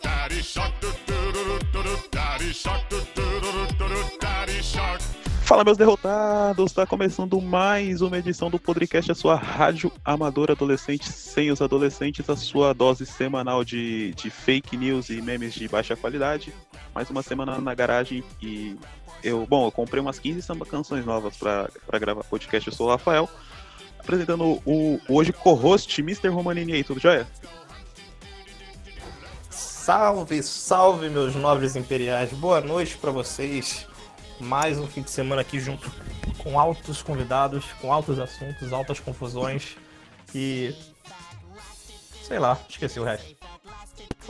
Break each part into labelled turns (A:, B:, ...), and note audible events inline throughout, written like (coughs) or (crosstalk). A: Daddy Shark. Daddy Shark. Daddy Shark.
B: Fala, meus derrotados! Tá começando mais uma edição do Podcast, a sua rádio amadora adolescente sem os adolescentes, a sua dose semanal de, de fake news e memes de baixa qualidade. Mais uma semana na garagem e eu, bom, eu comprei umas 15 samba canções novas pra pra gravar podcast. Eu sou o Rafael, apresentando o o hoje co-host Mr. Romanini E aí, tudo jóia?
C: Salve, salve, meus nobres imperiais. Boa noite pra vocês. Mais um fim de semana aqui junto com altos convidados, com altos assuntos, altas confusões e sei lá, esqueci o resto.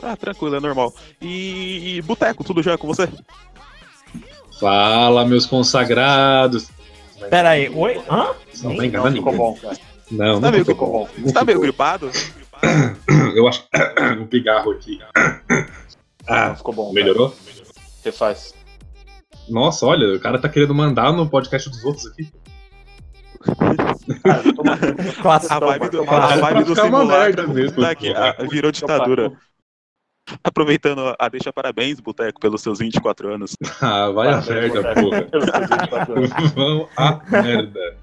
B: Ah, tranquilo, é normal. E, e Boteco, tudo jóia com você?
D: Fala, meus consagrados.
C: Pera aí, oi? Hã?
D: Não tá
C: Nem-
D: enganando
E: Ficou
D: ninguém.
E: bom, cara.
D: Não,
B: Tá
D: não
B: meio
D: ficou bom.
B: Você tá meio gripado?
D: Eu acho (coughs) um pigarro aqui.
E: Não
D: Ah,
E: ficou bom. Melhorou?
D: melhorou?
E: Você faz.
D: Nossa, olha, o cara tá querendo mandar no podcast dos outros aqui. (laughs)
E: Cara, eu tô muito
C: Clássico.
B: A vibe do, a
C: Clássico.
B: vibe do
D: Ficar uma merda
B: simulacro
D: mesmo.
B: tá aqui, a- virou ditadura. Aproveitando a- a deixa parabéns, Boteco, pelos seus 24 anos.
D: Ah, vai a merda, porra. (laughs)
E: Eu não sei se tá dando.
D: Vão a merda.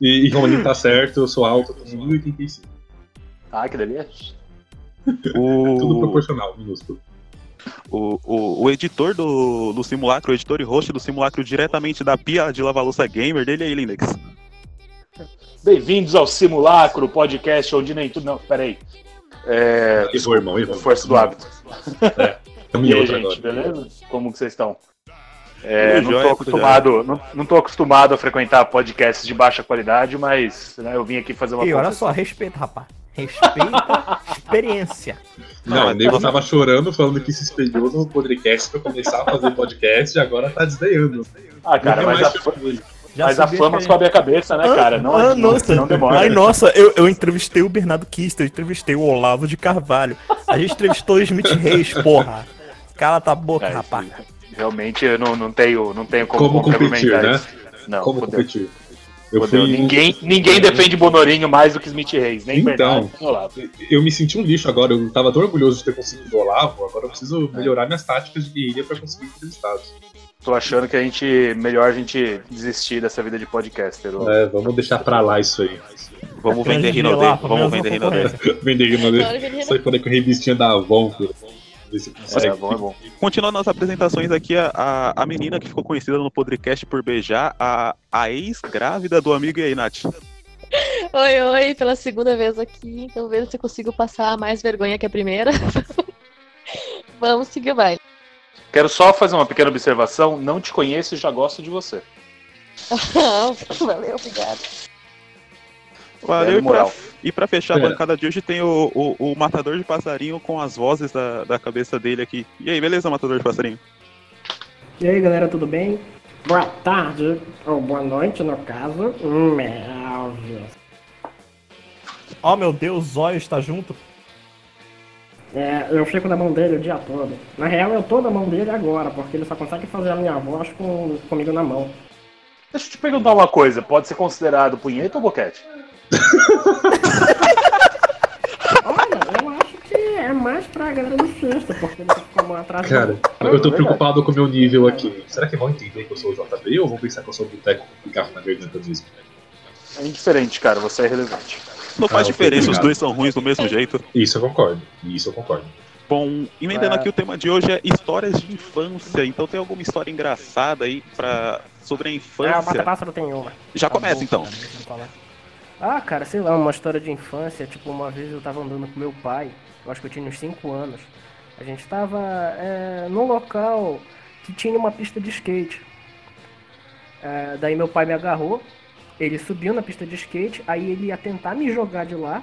D: E, e como ele tá certo, eu sou um alto, eu tenho 1,85.
E: Ah, que delícia.
D: (laughs) Tudo
B: O,
D: proporcional, minúsculo.
B: o, o, o editor do, do simulacro, o editor e host do simulacro diretamente da pia de Lava Louça Gamer dele aí, Lindex.
E: Bem-vindos ao Simulacro, podcast onde nem tudo. Não, peraí. É.
D: Errou, irmão, errou. É,
E: Força do hábito.
D: Tamo
E: E
D: em
E: aí,
D: outra
E: gente, né?
D: agora.
E: beleza? Como que vocês estão? É,
B: Tudo
E: não
B: jóia,
E: tô
B: tudo
E: acostumado, não, não tô acostumado a frequentar podcasts de baixa qualidade, mas né, eu vim aqui fazer uma
C: E olha
E: confissão.
C: só, respeita, rapaz. Respeita a experiência.
E: Ah,
D: Não, o nego
E: tá.
D: tava chorando, falando que se espelhou no podcast pra começar a fazer podcast e agora tá desdenhando.
E: Ah, cara,
D: Nunca
E: mas
D: mais
E: a,
D: chorou
E: fa-
D: dele.
C: Já
E: mas a
C: subi
E: fama sobe a cabeça, né, cara? Não,
C: ah,
E: não,
C: nossa.
E: não demora.
C: Ai, nossa, eu, eu entrevistei o Bernardo Kister, eu entrevistei o Olavo de Carvalho. A gente entrevistou o Smith Reis, porra. Cala tua boca,
E: É, isso
C: rapaz.
E: Realmente eu não, não tenho, não tenho como,
D: Como competir,
E: complementar
D: né?
E: isso. Não,
D: Como
E: fodeu,
D: competir? Eu,
E: fodeu.
D: fui,
E: Ninguém, ninguém defende Bonorinho mais do que Smith Reis, nem
D: Então.
E: Bernardo. nem Olavo.
D: eu me senti um lixo agora, eu tava tão orgulhoso de ter conseguido o Olavo, agora eu preciso melhorar minhas táticas de guerrilha pra conseguir entrevistados.
E: Tô achando que a gente melhor a gente desistir dessa vida de podcaster. ô.
D: É, vamos deixar pra lá isso aí.
B: Vamos vender
C: Grande
B: Rinode,
C: Vilapa,
B: vamos
C: menos
B: vender
C: uma
B: Rinode.
C: concorrência.
D: Vender uma
F: Agora vender
D: Sai por aí com a revistinha da Avon, filho. Vê se consegue.
E: É, bom, é bom.
B: Continuando as apresentações aqui, a, a, a menina que ficou conhecida no podcast por beijar, a, a ex-grávida do amigo e aí, Nath.
F: Oi, oi, pela segunda vez aqui. Então, vendo se eu consigo passar mais vergonha que a primeira. (laughs) Vamos seguir o baile.
E: Quero só fazer uma pequena observação. Não te conheço e já gosto de você.
F: Valeu, obrigada.
B: Valeu, e pra,
E: É, moral.
B: e pra fechar a
D: Pera.
B: bancada de hoje tem o, o, o Matador de Passarinho com as vozes da, da cabeça dele aqui. E aí, beleza, Matador de Passarinho?
G: E aí galera, tudo bem? Boa tarde, ou boa noite no caso. Meu Deus.
C: Oh meu Deus, o Zóio está junto.
G: É, eu fico na mão dele o dia todo. Na real, eu tô na mão dele agora, porque ele só consegue fazer a minha voz com, comigo na mão.
E: Deixa eu te perguntar uma coisa. Pode ser considerado punheta ou boquete?
G: Olha, eu acho que é mais pra galera do sexto, porque ele fica com a mão atrás
D: Cara,
G: do-
D: eu tô preocupado com o meu nível aqui. Será que vão entender que eu sou o JB ou vão pensar que eu sou o boteco com picarro na garganta mesmo?
E: É indiferente, cara. Você é relevante.
B: Não faz
D: Ah, ok,
B: diferença, os
D: obrigado.
B: dois são ruins do mesmo jeito.
D: Isso eu concordo. Isso eu concordo.
B: Bom, emendando
E: É.
B: aqui o tema de hoje é histórias de infância. Então tem alguma história engraçada aí para sobre a
G: Ah, o
B: infância?
G: mata-pássaro tem uma.
B: Já começa então.
G: Ah, cara, sei lá, uma história de infância. Tipo, uma vez eu tava andando com meu pai, eu acho que eu tinha uns 5 anos. A gente tava é, num local que tinha uma pista de skate. É, daí meu pai me agarrou, ele subiu na pista de skate, aí ele ia tentar me jogar de lá.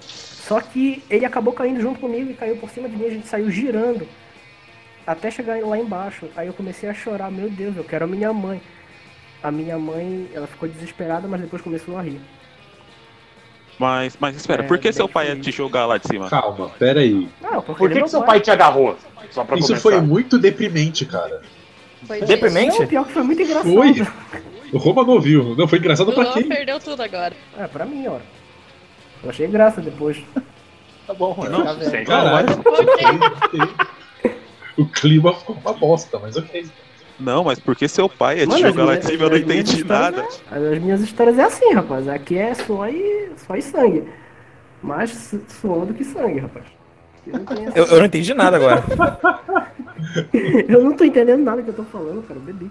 G: Só que ele acabou caindo junto comigo e caiu por cima de mim, a gente saiu girando. Até chegar lá embaixo. Aí eu comecei a chorar, meu Deus, eu quero a minha mãe. A minha mãe, ela ficou desesperada, mas depois começou a rir.
B: Mas, mas espera,
G: É,
B: por que
G: bem
B: seu pai ia
G: feliz.
B: te jogar lá de cima?
D: Calma, pera aí.
G: Não, porque
E: Ah, Por que,
G: ele é
E: que
G: meu
E: seu pai te agarrou? Só pra
D: Isso
E: começar.
D: foi muito deprimente, cara.
F: Foi
C: Deprimente?
G: Não, pior que foi muito engraçado.
D: Foi? O Roma não viu. Não, foi engraçado
F: O
D: pra
F: Luan
D: quem?
F: perdeu tudo agora.
G: É, pra mim, ó. Eu achei graça depois.
E: Tá bom, é
B: Não,
E: o suficiente.
D: Caralho.
F: Ok.
D: ok. O clima ficou uma bosta, mas ok.
B: Não, mas por que seu pai é
G: Mano,
B: tio
G: as minhas-
B: Galactiva? Eu não
G: as minhas
B: entendi
G: histórias-
B: nada.
G: As minhas histórias é assim, rapaz. Aqui é suor e, suor e sangue. Mais su- suor do que sangue, rapaz. Eu
E: (laughs)
G: não, tenho essa-
C: Eu, eu não entendi nada agora.
G: (laughs) eu não tô entendendo nada que eu tô falando, cara. Eu bebi.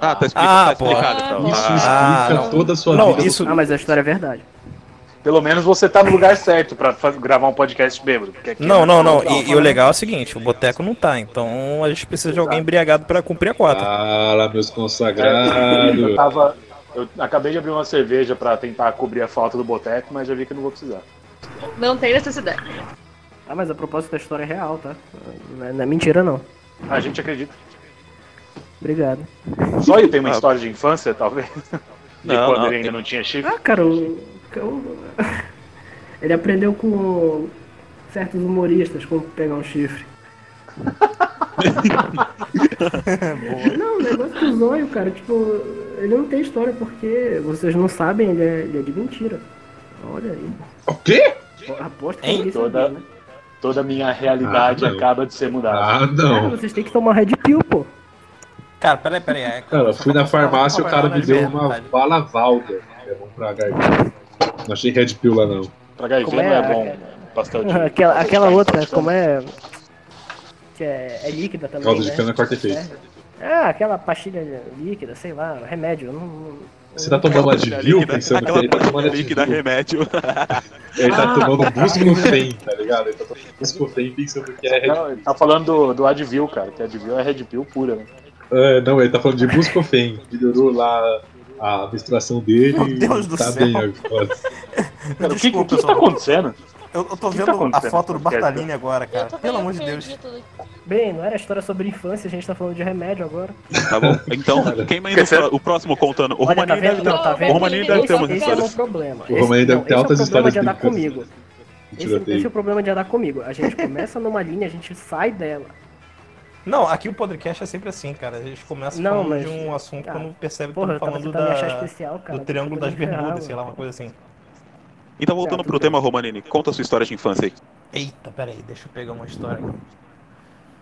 B: Ah, tá explicado.
C: Ah,
B: tá explicado
F: porra.
B: então.
F: Ah,
D: Isso
C: Ah,
D: explica
C: não.
D: toda a sua
C: Não,
D: vida.
C: isso.
G: Ah, mas a história é verdade.
E: Pelo menos você tá no lugar certo pra fa- gravar um podcast bêbado. porque aqui-
C: Não, não, não. E,
E: né?
C: e o legal é o seguinte: o boteco não tá, então a gente precisa de alguém embriagado pra cumprir a quota.
D: Fala, meus
E: Eu
D: consagrados.
E: tava. Eu acabei de abrir uma cerveja pra tentar cobrir a falta do boteco, mas já vi que não vou precisar.
F: Não tem necessidade.
G: Ah, mas a propósito da história é real, tá? Não é, não é mentira, não.
E: A gente acredita.
G: Obrigado.
E: Só eu tenho uma
B: Ah.
E: história de infância, talvez. (laughs) De
B: Não,
E: quando
B: não,
E: ele ainda
B: tem-
E: não tinha chifre.
G: Ah, cara, o, o- (laughs) ele aprendeu com certos humoristas como pegar um chifre. Não, o negócio do zóio, cara, tipo, ele não tem história porque vocês não sabem, ele é, ele é de mentira. Olha aí.
D: O quê?
G: Aposto que
C: Hein?
G: ninguém
E: Toda-
G: sabia, né?
E: Toda a minha realidade
D: Ah, não.
E: acaba de ser mudada.
D: Ah,
G: Cara,
D: não.
G: vocês têm que tomar Red Pill, pô.
C: Cara, peraí, peraí. É,
E: (laughs)
D: Cara, eu fui na
C: só pra-
D: farmácia e
C: só
D: o
C: pra
D: cara me
C: guardar
D: deu
C: na
D: uma
C: verdade.
D: bala valda. Levou pra garganta. Não achei Red Pill lá, não.
E: Pra HIV
G: Como é
E: não é
G: a-
E: bom pastel de.
G: (laughs) Aquela, aquela outra, como é. Que é, é líquida também.
D: Caldo de
G: né?
D: cana quarta-feira.
G: Ah, aquela pastilha líquida, sei lá, remédio. Não, não-
D: Você tá tomando Advil pensando que
B: Aquela
D: ele tá tomando
B: líquida
D: Advil.
B: remédio.
D: Ele tá tomando Buscofen, tá ligado? Ele tá tomando Buscofen pensando que é Red
E: Não, ele tá falando do, do Advil, cara, que Advil é Red Pill pura, né?
D: É, não, ele tá falando de Buscofen. Melhorou lá a menstruação dele.
H: Meu Deus do
D: tá
H: céu.
D: bem agora.
E: Cara, o que, o
H: Desculpa,
E: que tá
H: João.
E: acontecendo?
H: Eu, eu tô
E: O que tá
H: vendo a
E: acontecendo?
H: foto do
E: Podcast,
H: Bartalini agora,
F: Eu
H: cara.
F: também,
H: Pelo
F: eu
H: amor de Deus.
F: perdi tudo.
G: Bem, não era história sobre infância, a gente tá falando de remédio agora.
B: Tá bom. Então, quem manda o pró- o próximo contando? O
G: Olha, tá
B: Romaninho deve
G: vendo?
B: ter
G: Não, tá
B: o
G: vendo?
B: Romaninho deve ter umas
G: Esse é um
B: histórias.
G: problema.
D: O Romaninho
G: Esse-
D: deve
G: não,
D: ter altas
G: esse é o problema
D: histórias né?
G: de andar
D: brincantes. De
G: comigo. Esse, esse é
D: tiroteio.
G: o problema de andar comigo. A gente começa numa linha, a gente sai dela.
C: Não, aqui o podcast é sempre assim, cara. A gente começa
G: Não,
C: falando
G: mas-
C: de um assunto
G: Ah,
C: quando percebe que
G: Porra, eu
C: estamos
G: tava
C: falando
G: tentando
C: da-
G: me achar especial, cara.
C: do Triângulo das
G: Tentando me ferrar,
C: Bermudas, sei lá, uma
G: mano.
C: coisa assim.
B: Então, voltando
G: Não,
B: pro
G: tudo
B: tema, Romanini, conta a sua história de infância aí.
C: Eita, peraí, deixa eu pegar uma história.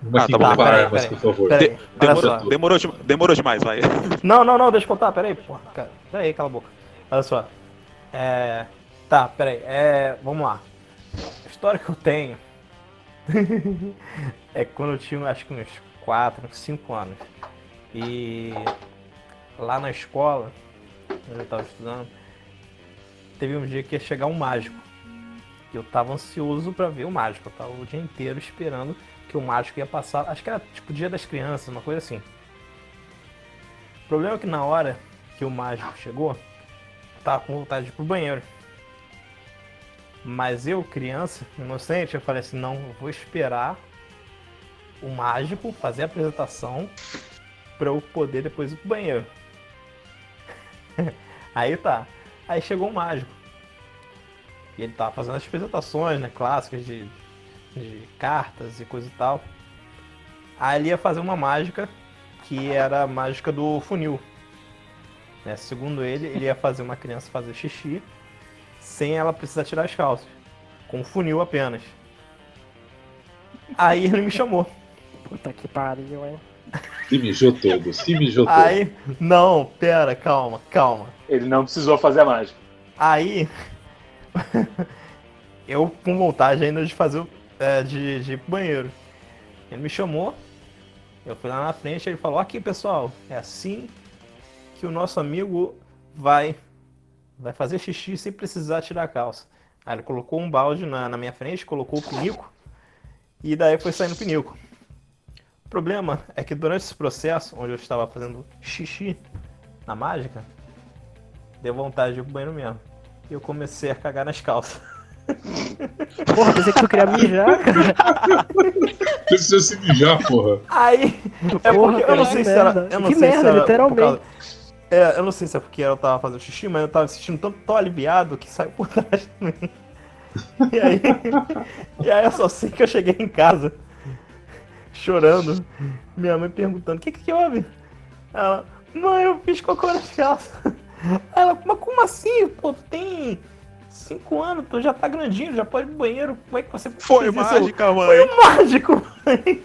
D: Uma
B: Ah,
D: que
B: tá bom.
D: envolva
B: Tá,
C: peraí,
D: armas,
C: peraí.
D: por favor.
C: Peraí, olha
D: demora-
C: só.
B: Demorou, demorou, de- demorou demais, vai.
C: Não, não, não, deixa eu contar, peraí, porra, cara. Peraí, cala a boca. Olha só. É. Tá, peraí. É. Vamos lá. A história que eu tenho (laughs) é quando eu tinha acho que uns 4, uns 5 anos. E lá na escola, onde eu tava estudando, teve um dia que ia chegar um mágico. E eu tava ansioso pra ver o mágico. Eu tava o dia inteiro esperando que o mágico ia passar. Acho que era tipo dia das crianças, uma coisa assim. O problema é que na hora que o mágico chegou, eu tava com vontade de ir pro banheiro. Mas eu, criança, inocente, eu falei assim, não, eu vou esperar o mágico fazer a apresentação pra eu poder depois ir pro banheiro. (laughs) Aí tá. Aí chegou o mágico. E ele tava fazendo as apresentações, né, clássicas de, de cartas e coisa e tal. Aí ele ia fazer uma mágica que era a mágica do funil. Né? Segundo ele, ele ia fazer uma criança fazer xixi sem ela precisar tirar as calças. Com funil apenas. Aí ele me chamou.
G: Puta que pariu, hein?
D: Se mijou todo, se mijou todo.
C: Aí. Não, pera, calma, calma.
E: Ele não precisou fazer a mágica.
C: Aí. (laughs) eu com vontade ainda de fazer. o- é, de, de ir pro banheiro. Ele me chamou. Eu fui lá na frente ele falou: Aqui pessoal, é assim que o nosso amigo vai. Vai fazer xixi sem precisar tirar a calça. Aí ele colocou um balde na, na minha frente, colocou o pinico. E daí foi saindo o pinico. O problema é que durante esse processo, onde eu estava fazendo xixi na mágica, deu vontade de ir pro banheiro mesmo. E eu comecei a cagar nas calças.
G: Porra, pensei que tu queria mijar, cara.
D: Precisa se mijar, porra.
C: (laughs) Aí, é
G: Porra,
C: porque eu não
G: cara,
C: sei
G: que
C: se era.
G: merda.
C: Eu não
G: Que
C: sei se
G: merda,
C: era por
G: literalmente.
C: causa- É, eu não sei se é porque eu tava fazendo xixi, mas eu tava me sentindo tão, tão aliviado que saiu por (laughs) trás de mim. E aí, e aí eu só sei que eu cheguei em casa, chorando, minha mãe perguntando, o que que houve? Ela, mãe, eu fiz cocô nas calças. Ela, mas como assim, pô, tu tem Cinco anos, tu já tá grandinho, já pode ir no banheiro. Como é que você
B: Foi
C: fez isso?
B: mágica, mãe.
C: Foi o mágico, mãe.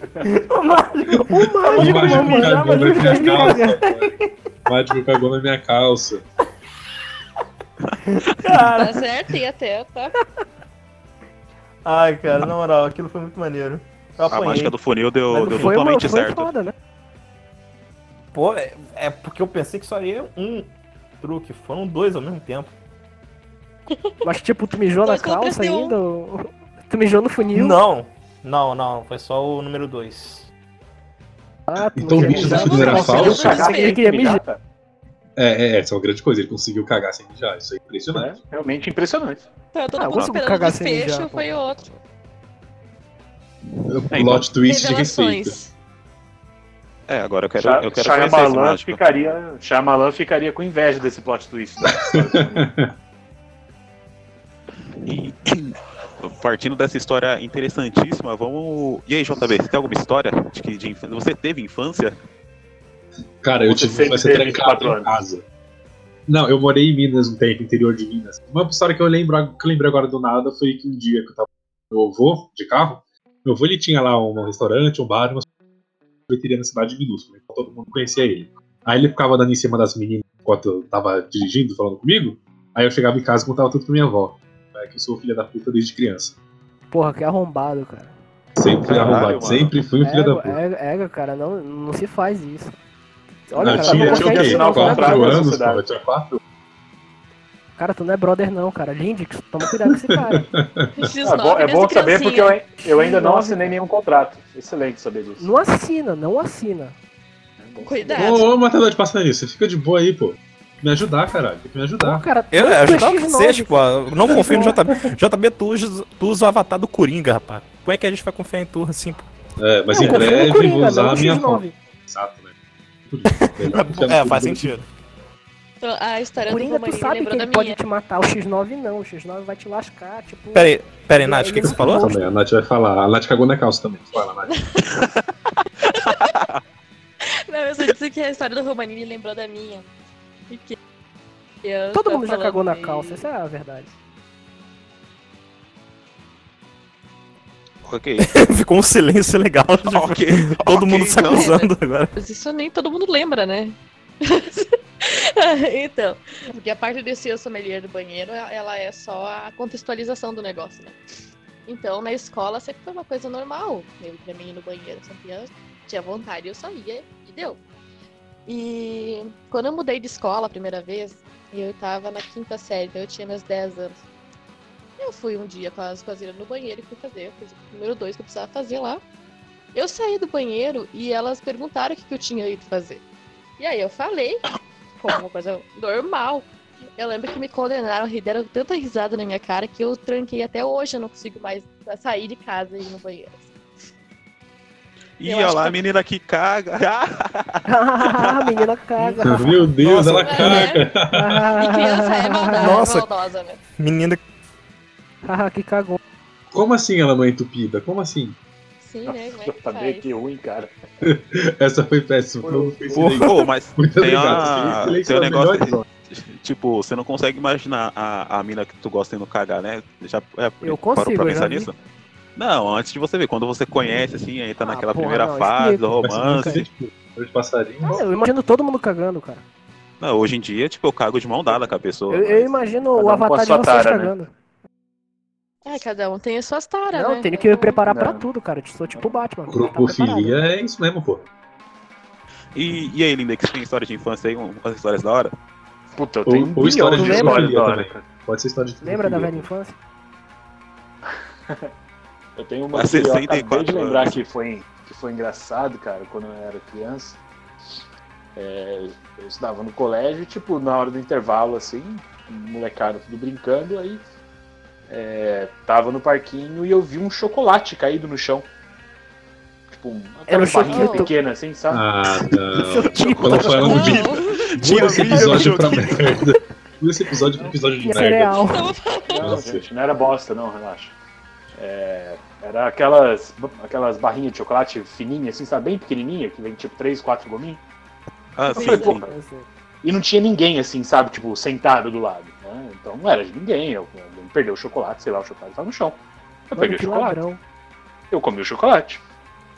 C: O mágico, o
D: O
C: mágico,
D: mágico
C: mamãe. já, mas
D: cagou na
C: não
D: minha
C: entendi.
D: calça. pô. O mágico cagou na minha calça.
C: Cara.
F: Tá certo, e até, tá?
C: Ai, cara, na moral, aquilo foi muito maneiro. Eu
B: A
C: apanhei.
B: mágica do funil deu,
I: Mas
B: deu
I: foi, uma,
B: totalmente
I: foi
B: certo.
I: foda, né?
C: Pô, é, é porque eu pensei que só ia um truque, foram dois ao mesmo tempo.
I: Mas tipo, tu mijou na
F: Dois contra
I: calça
F: esse um.
I: ainda? ou- (laughs) Tu mijou no funil?
C: Não, não, não, foi só o número dois.
I: Ah, tu
D: Então o
I: queria
D: bicho da
I: mijar.
D: segunda era
F: Não,
E: Conseguiu
F: Falso.
D: falso?
E: cagar
I: Ele
E: sem
I: queria
E: mijar,
I: mijar.
E: tá?
D: É, é, essa é uma grande coisa. Ele conseguiu cagar sem mijar. Isso é impressionante.
E: É realmente impressionante.
F: Tá todo
I: Ah, eu
F: mundo
I: consigo
F: esperando o
I: cagar sem
F: desfecho,
I: mijar, pô.
F: foi outro.
B: É,
D: Plot twist de respeito.
F: Revelações.
B: É, agora eu quero,
E: Sha-
B: eu quero conhecer essa
E: Shyamalan
B: mágica.
E: ficaria, Shyamalan ficaria com inveja desse plot twist.
B: E, (coughs) partindo dessa história interessantíssima, vamos. E aí, JB, você tem alguma história de que de infância? Você teve infância?
D: Cara, eu
E: Você
D: tive que
E: sempre
D: ser
E: teve 24
D: trancado em
E: anos.
D: casa. Não, eu morei em Minas um tempo, interior de Minas. Uma história que eu lembro, que eu lembrei agora do nada foi que um dia que eu tava com meu avô de carro, meu avô ele tinha lá um restaurante, um bar, uma sorveteria na cidade minúscula, então todo mundo conhecia ele. Aí ele ficava dando em cima das meninas enquanto eu tava dirigindo, falando comigo. Aí eu chegava em casa e contava tudo pra minha avó. né, que eu sou filha da puta desde criança.
I: Porra, que arrombado, cara.
D: Sempre fui
B: Caralho,
D: arrombado,
B: mano.
D: sempre fui um filho da puta.
I: É, é, é, cara, não, não se faz isso.
D: Não,
I: cara,
D: eu
I: tu
D: tinha,
E: tinha-
I: não
E: tinha que
I: consegue
E: assinar o
I: ser brother,
E: contrato.
D: quatro
E: da
D: anos,
E: sociedade.
D: pô, eu tinha quatro
I: não. Cara, tu não é brother não, cara. Lindix, toma cuidado com esse cara.
F: X9
E: É bom, é
F: desde
E: bom saber porque
F: criancinha.
E: eu, eu ainda não
I: Nossa.
E: assinei nenhum contrato. Excelente saber disso.
I: Não assina, não assina.
F: Cuidado.
D: Ô, ô, matador de passarinhos, você fica de boa aí, pô. Me ajudar, caralho. Tem que me
I: Pô,
D: ajudar.
I: cara,
C: Eu,
I: tu é
C: eu ajudava
I: X9,
C: vocês, pô. Eu Não confio no
I: Não.
C: JB. JB, tu usa, tu usa o avatar do Coringa, rapaz. Como é que a gente vai confiar em tu assim, pô?
D: É, mas
I: Não,
D: em
I: confia no
D: breve
I: Coringa,
D: vou usar
I: não
D: a
I: no
D: minha
I: X9.
D: conta. Exato, né? Tudo.
C: (laughs) É,
D: Melhor confiar no Coringa
C: faz
D: do que-
C: sentido.
F: Então, A história
I: Coringa,
F: do
I: tu
F: Romaninho
I: sabe
F: lembrou
I: que
F: da
I: ele
F: minha.
I: pode te matar. O X9 não, o X9 vai te lascar, tipo...
C: Pera aí, pera aí, Nath, o que, que você falou?
D: Também, a Nath vai falar. A Nath cagou na calça também.
I: (laughs)
D: Fala, Nath.
F: Não, eu só disse que a história do Romanini lembrou da minha. E que eu
I: Todo
F: tava
I: mundo já
F: Tá falando
I: cagou na
F: de-
I: calça, essa é a verdade. (laughs)
B: (laughs) Ok.
C: Ficou um silêncio legal. (laughs)
B: ok.
C: Todo
B: ok,
C: mundo se
B: então.
C: acusando agora.
F: Mas isso nem todo mundo lembra, né? (laughs) então, porque a parte desse eu sommelier do banheiro, ela é só a contextualização do negócio, né? Então, na escola sempre foi uma coisa normal. Eu pra mim ir no banheiro, sempre ia- tinha vontade, eu sabia e deu. E quando eu mudei de escola a primeira vez, eu tava na quinta série, então eu tinha meus 10 anos. Eu fui um dia com as cozinhas no banheiro e fui fazer, eu fiz o número 2 que eu precisava fazer lá. Eu saí do banheiro e elas perguntaram o que, que eu tinha ido fazer. E aí eu falei, como uma coisa normal. Eu lembro que me condenaram, ri- deram tanta risada na minha cara que eu tranquei até hoje, eu não consigo mais sair de casa e ir no banheiro.
B: Ih,
F: Eu
B: olha
F: acho
B: lá,
F: que-
B: a menina que caga. (laughs) Ah,
I: Ah, menina caga.
D: (laughs) Meu Deus,
C: Nossa, né?
D: ela
F: é.
D: caga.
F: E criança é maldosa,
C: Nossa.
F: maldosa né?
C: Menina,
I: Ah, que cagou.
D: Como assim ela não é entupida? Como assim?
F: Sim, né? Como é
E: Nossa,
F: que
E: tá meio
F: faz?
E: que ruim, cara.
D: Essa foi péssima. Não fez silêncio.
B: Pô, mas
D: Muito
B: tem,
D: obrigado.
B: uma...
D: Silêncio
B: tem um
D: é o melhor
B: negócio.
D: episódio.
B: (laughs) Tipo, você não consegue imaginar a, a mina que tu gosta indo cagar, né? Já é,
I: Eu
B: parou
I: consigo,
B: pra
I: eu
B: pensar
I: já vi.
B: nisso? Não, antes de você ver, quando você conhece, assim, aí tá
I: Ah,
B: naquela
I: porra,
B: primeira
I: não,
B: fase
I: explica.
B: do romance.
D: Mas, tipo, dor de passarinho.
I: Cara, Ah, É, eu imagino todo mundo cagando, cara.
B: Não, hoje em dia, tipo, eu cago de mão dada com a pessoa.
I: Eu, eu imagino
E: Cada um
I: o
E: com a
I: avatar de
E: sua
I: vocês
E: tara, né?
I: cagando.
F: É, cada um tem as suas taras,
I: Não,
F: né?
I: tenho que me preparar
E: Não.
I: pra tudo, cara. Eu sou tipo o Batman. tem que estar preparado.
D: Cropofilia é isso mesmo, pô.
B: E, e aí, Linda, que você tem história de infância aí, Um, umas histórias da hora?
E: Puta, eu
D: Ou-
E: tenho
D: ou
E: bilhões
D: história
E: de
I: de
E: histórias
D: zoofilia
E: da hora,
D: também.
E: cara.
D: Pode ser história de
I: Lembra da
D: zoofilia.
I: velha infância?
E: Eu tenho uma
B: Há
E: que eu
B: 64
E: acabei de lembrar
B: anos.
E: que foi, que foi engraçado, cara, quando eu era criança. É, eu estudava no colégio, e, tipo, na hora do intervalo, assim, molecada tudo brincando, aí é, tava no parquinho e eu vi um chocolate caído no chão. Tipo, uma
I: Era um
E: barrinha
I: choquito.
E: pequena, assim, sabe?
D: Ah, não.
I: Seu tipo.
D: Quando falando de
F: Não,
D: Muda esse
B: vídeo,
D: episódio
B: jogo.
D: pra merda. Muda esse episódio pra episódio de
G: é
I: Tinha
D: merda.
I: cereal.
E: Não,
D: Nossa.
E: gente, não era bosta, não, relaxa. É, era aquelas, aquelas barrinhas de chocolate fininhas, assim, sabe? Bem pequenininha, que vem tipo 3, 4 gominhos.
B: Ah,
E: Sim,
B: sim,
E: sim.
B: sim.
E: E não tinha ninguém, assim, sabe? Tipo, sentado do lado. né? Então não era de ninguém. Eu, eu perdeu o chocolate, sei lá, o chocolate tá no chão. Eu
G: Mano,
E: peguei o
G: que
E: chocolate.
G: ladrão.
E: Eu comi o chocolate.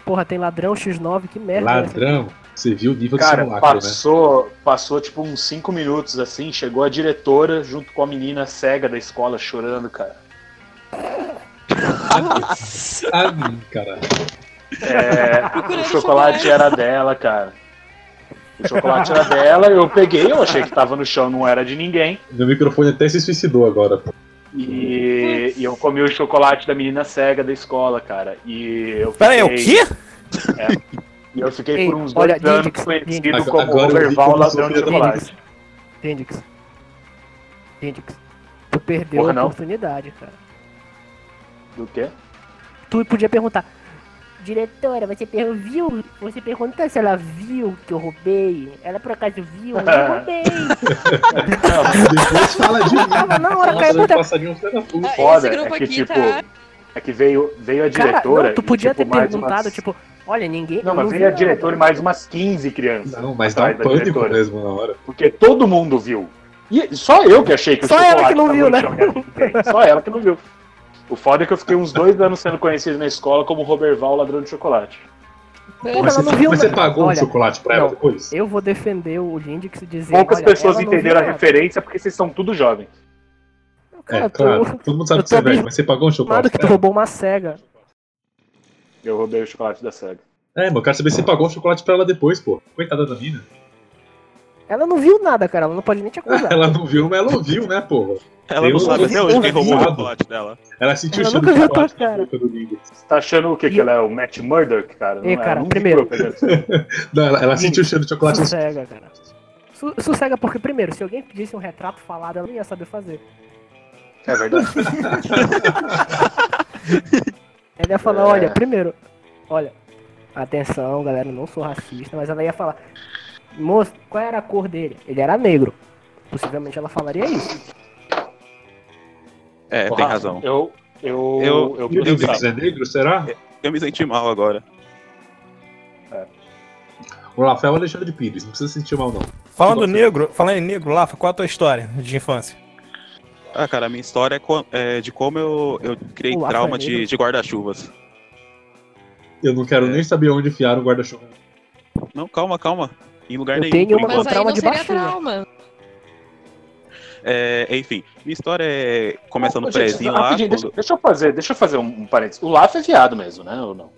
G: Porra, tem ladrão X9, que merda.
I: é
G: né?
D: Ladrão, você viu o nível de
E: Cara,
D: simulacro, né?
E: passou, passou tipo uns 5 minutos assim, chegou a diretora junto com a menina cega da escola chorando, cara.
D: Ah, mim, cara.
E: É,
F: Procurando
E: o chocolate
F: chocolate.
E: era dela, cara. O chocolate era dela, eu peguei, eu achei que tava no chão, não era de ninguém.
D: Meu microfone até se suicidou agora. pô.
E: E, e eu comi o chocolate da menina cega da escola, cara. E eu
C: Pera aí, o
E: fiquei-
C: quê?
E: E eu fiquei
G: Ei,
E: por uns
G: olha,
E: dois anos
G: Nidix,
E: conhecido
D: Nidix.
E: como
D: Agora eu vi
E: Overval
D: como
E: Ladrão de
D: sofrer
E: Chocolate.
G: Dendix. Dendix. Tu perdeu
E: Porra,
G: a
E: não.
G: oportunidade, cara.
E: Do
G: (laughs)
E: quê?
G: Tu podia perguntar. Diretora, você per- viu? Você perguntou se ela viu que eu roubei. Ela por acaso viu? Eu
E: (laughs)
G: roubei.
E: é
D: Depois fala de mim.
G: Tava na hora,
D: Nossa,
G: caiu
D: eu
G: muita-
D: passaria um filho da puta.
F: Ah,
E: foda
F: esse grupo
E: é que,
F: aqui
E: tipo,
F: tá-
E: É que veio, veio a
G: Cara,
E: diretora.
G: não, tu
E: e,
G: podia
E: tipo,
G: ter
E: mais
G: perguntado,
E: umas-
G: tipo, olha, ninguém.
E: Não,
G: eu
E: mas
G: vi
E: veio a
G: nada.
E: diretora e mais umas 15 crianças.
D: Não, mas dá um
E: Atrás da
D: pânico
E: diretora.
D: mesmo na hora.
E: Porque todo mundo viu. E só eu que achei que
G: Só
E: o chocolate
G: ela que não
E: tava
G: viu,
E: no
G: né?
E: chão, cara. Só ela que não viu. O foda é que eu fiquei uns dois anos sendo conhecido na escola como Roberval Ladrão de Chocolate.
G: Porra,
D: Mas
G: ela
D: você,
G: não viu
D: mas você
G: nada.
D: pagou um
G: Olha,
D: chocolate pra ela
G: não.
D: depois?
G: Eu vou defender o Lindix e dizer.
E: Poucas
G: olha,
E: pessoas
G: ela não
E: entenderam a
G: viu né? nada.
E: referência porque vocês são tudo jovens.
G: Cara,
D: é, claro.
G: tu-
D: Todo mundo sabe
G: eu
D: que você é
G: tô
D: velho, mas você pagou um
G: Claro
D: chocolate
G: que
D: pra
G: tu
D: ela?
G: roubou uma cega.
E: Eu roubei o chocolate da SEGA.
D: É, mas eu quero saber se você pagou um chocolate pra ela depois, pô. Coitada da mina.
G: Ela não viu nada, cara. Ela não pode nem
D: (laughs)
G: te acusar.
D: Ela não viu, mas ela ouviu, né, porra?
B: Ela
D: Eu
B: não sabe até hoje quem roubou o
D: duvido.
B: chocolate dela.
D: Ela sentiu
G: Ela
D: o cheiro
G: nunca
D: do
G: viu
D: chocolate
G: tua
D: na
G: cara.
D: boca do Lindix.
E: Você tá achando o quê? Que
G: E-
E: ela é o Matt Murdock, cara?
G: Ih,
E: é,
G: cara,
E: não
G: primeiro-
E: ficou pegando.
D: Não, ela, ela sentiu o
G: Lindix.
D: cheiro de chocolate. no-
G: Sossega, cara. Su- sossega porque, primeiro, se alguém pedisse um retrato falado, ela não ia saber fazer.
E: É verdade.
G: (laughs) Ela ia falar,
E: É.
G: olha, primeiro, olha, atenção, galera, eu não sou racista, mas ela ia falar, moço, qual era a cor dele? Ele era negro. Possivelmente ela falaria isso.
B: É,
E: Ô,
B: tem
E: Rafa,
B: razão.
E: Eu. Eu.
B: Eu-
E: Eu.
D: E o
E: pensava.
D: Lindix é negro, será?
B: Eu me senti mal agora.
D: O Rafael Alexandre Pires, não precisa se sentir mal, não.
C: Falando negro, falando em negro, Lafa, qual a tua história de infância?
B: Ah, cara, a minha história é, co- é de como eu, eu criei
G: O Rafa
B: trauma
G: é
B: de,
G: negro.
B: de guarda-chuvas.
D: Eu não quero nem saber onde enfiar um guarda-chuva.
B: Não, calma, calma. Em lugar
G: Eu
B: nenhum.
G: tenho
B: por
G: uma
B: enquanto.
F: Mas aí
G: trauma
F: não
G: de
F: seria
G: baixinha.
F: trauma.
B: É, enfim, minha história é começando
E: Ô,
B: o
E: gente,
B: prezinho lá.
E: rapidinho, deixa,
B: quando-
E: deixa eu fazer, deixa eu fazer um, um parênteses. O Laf é viado mesmo, né? Ou não?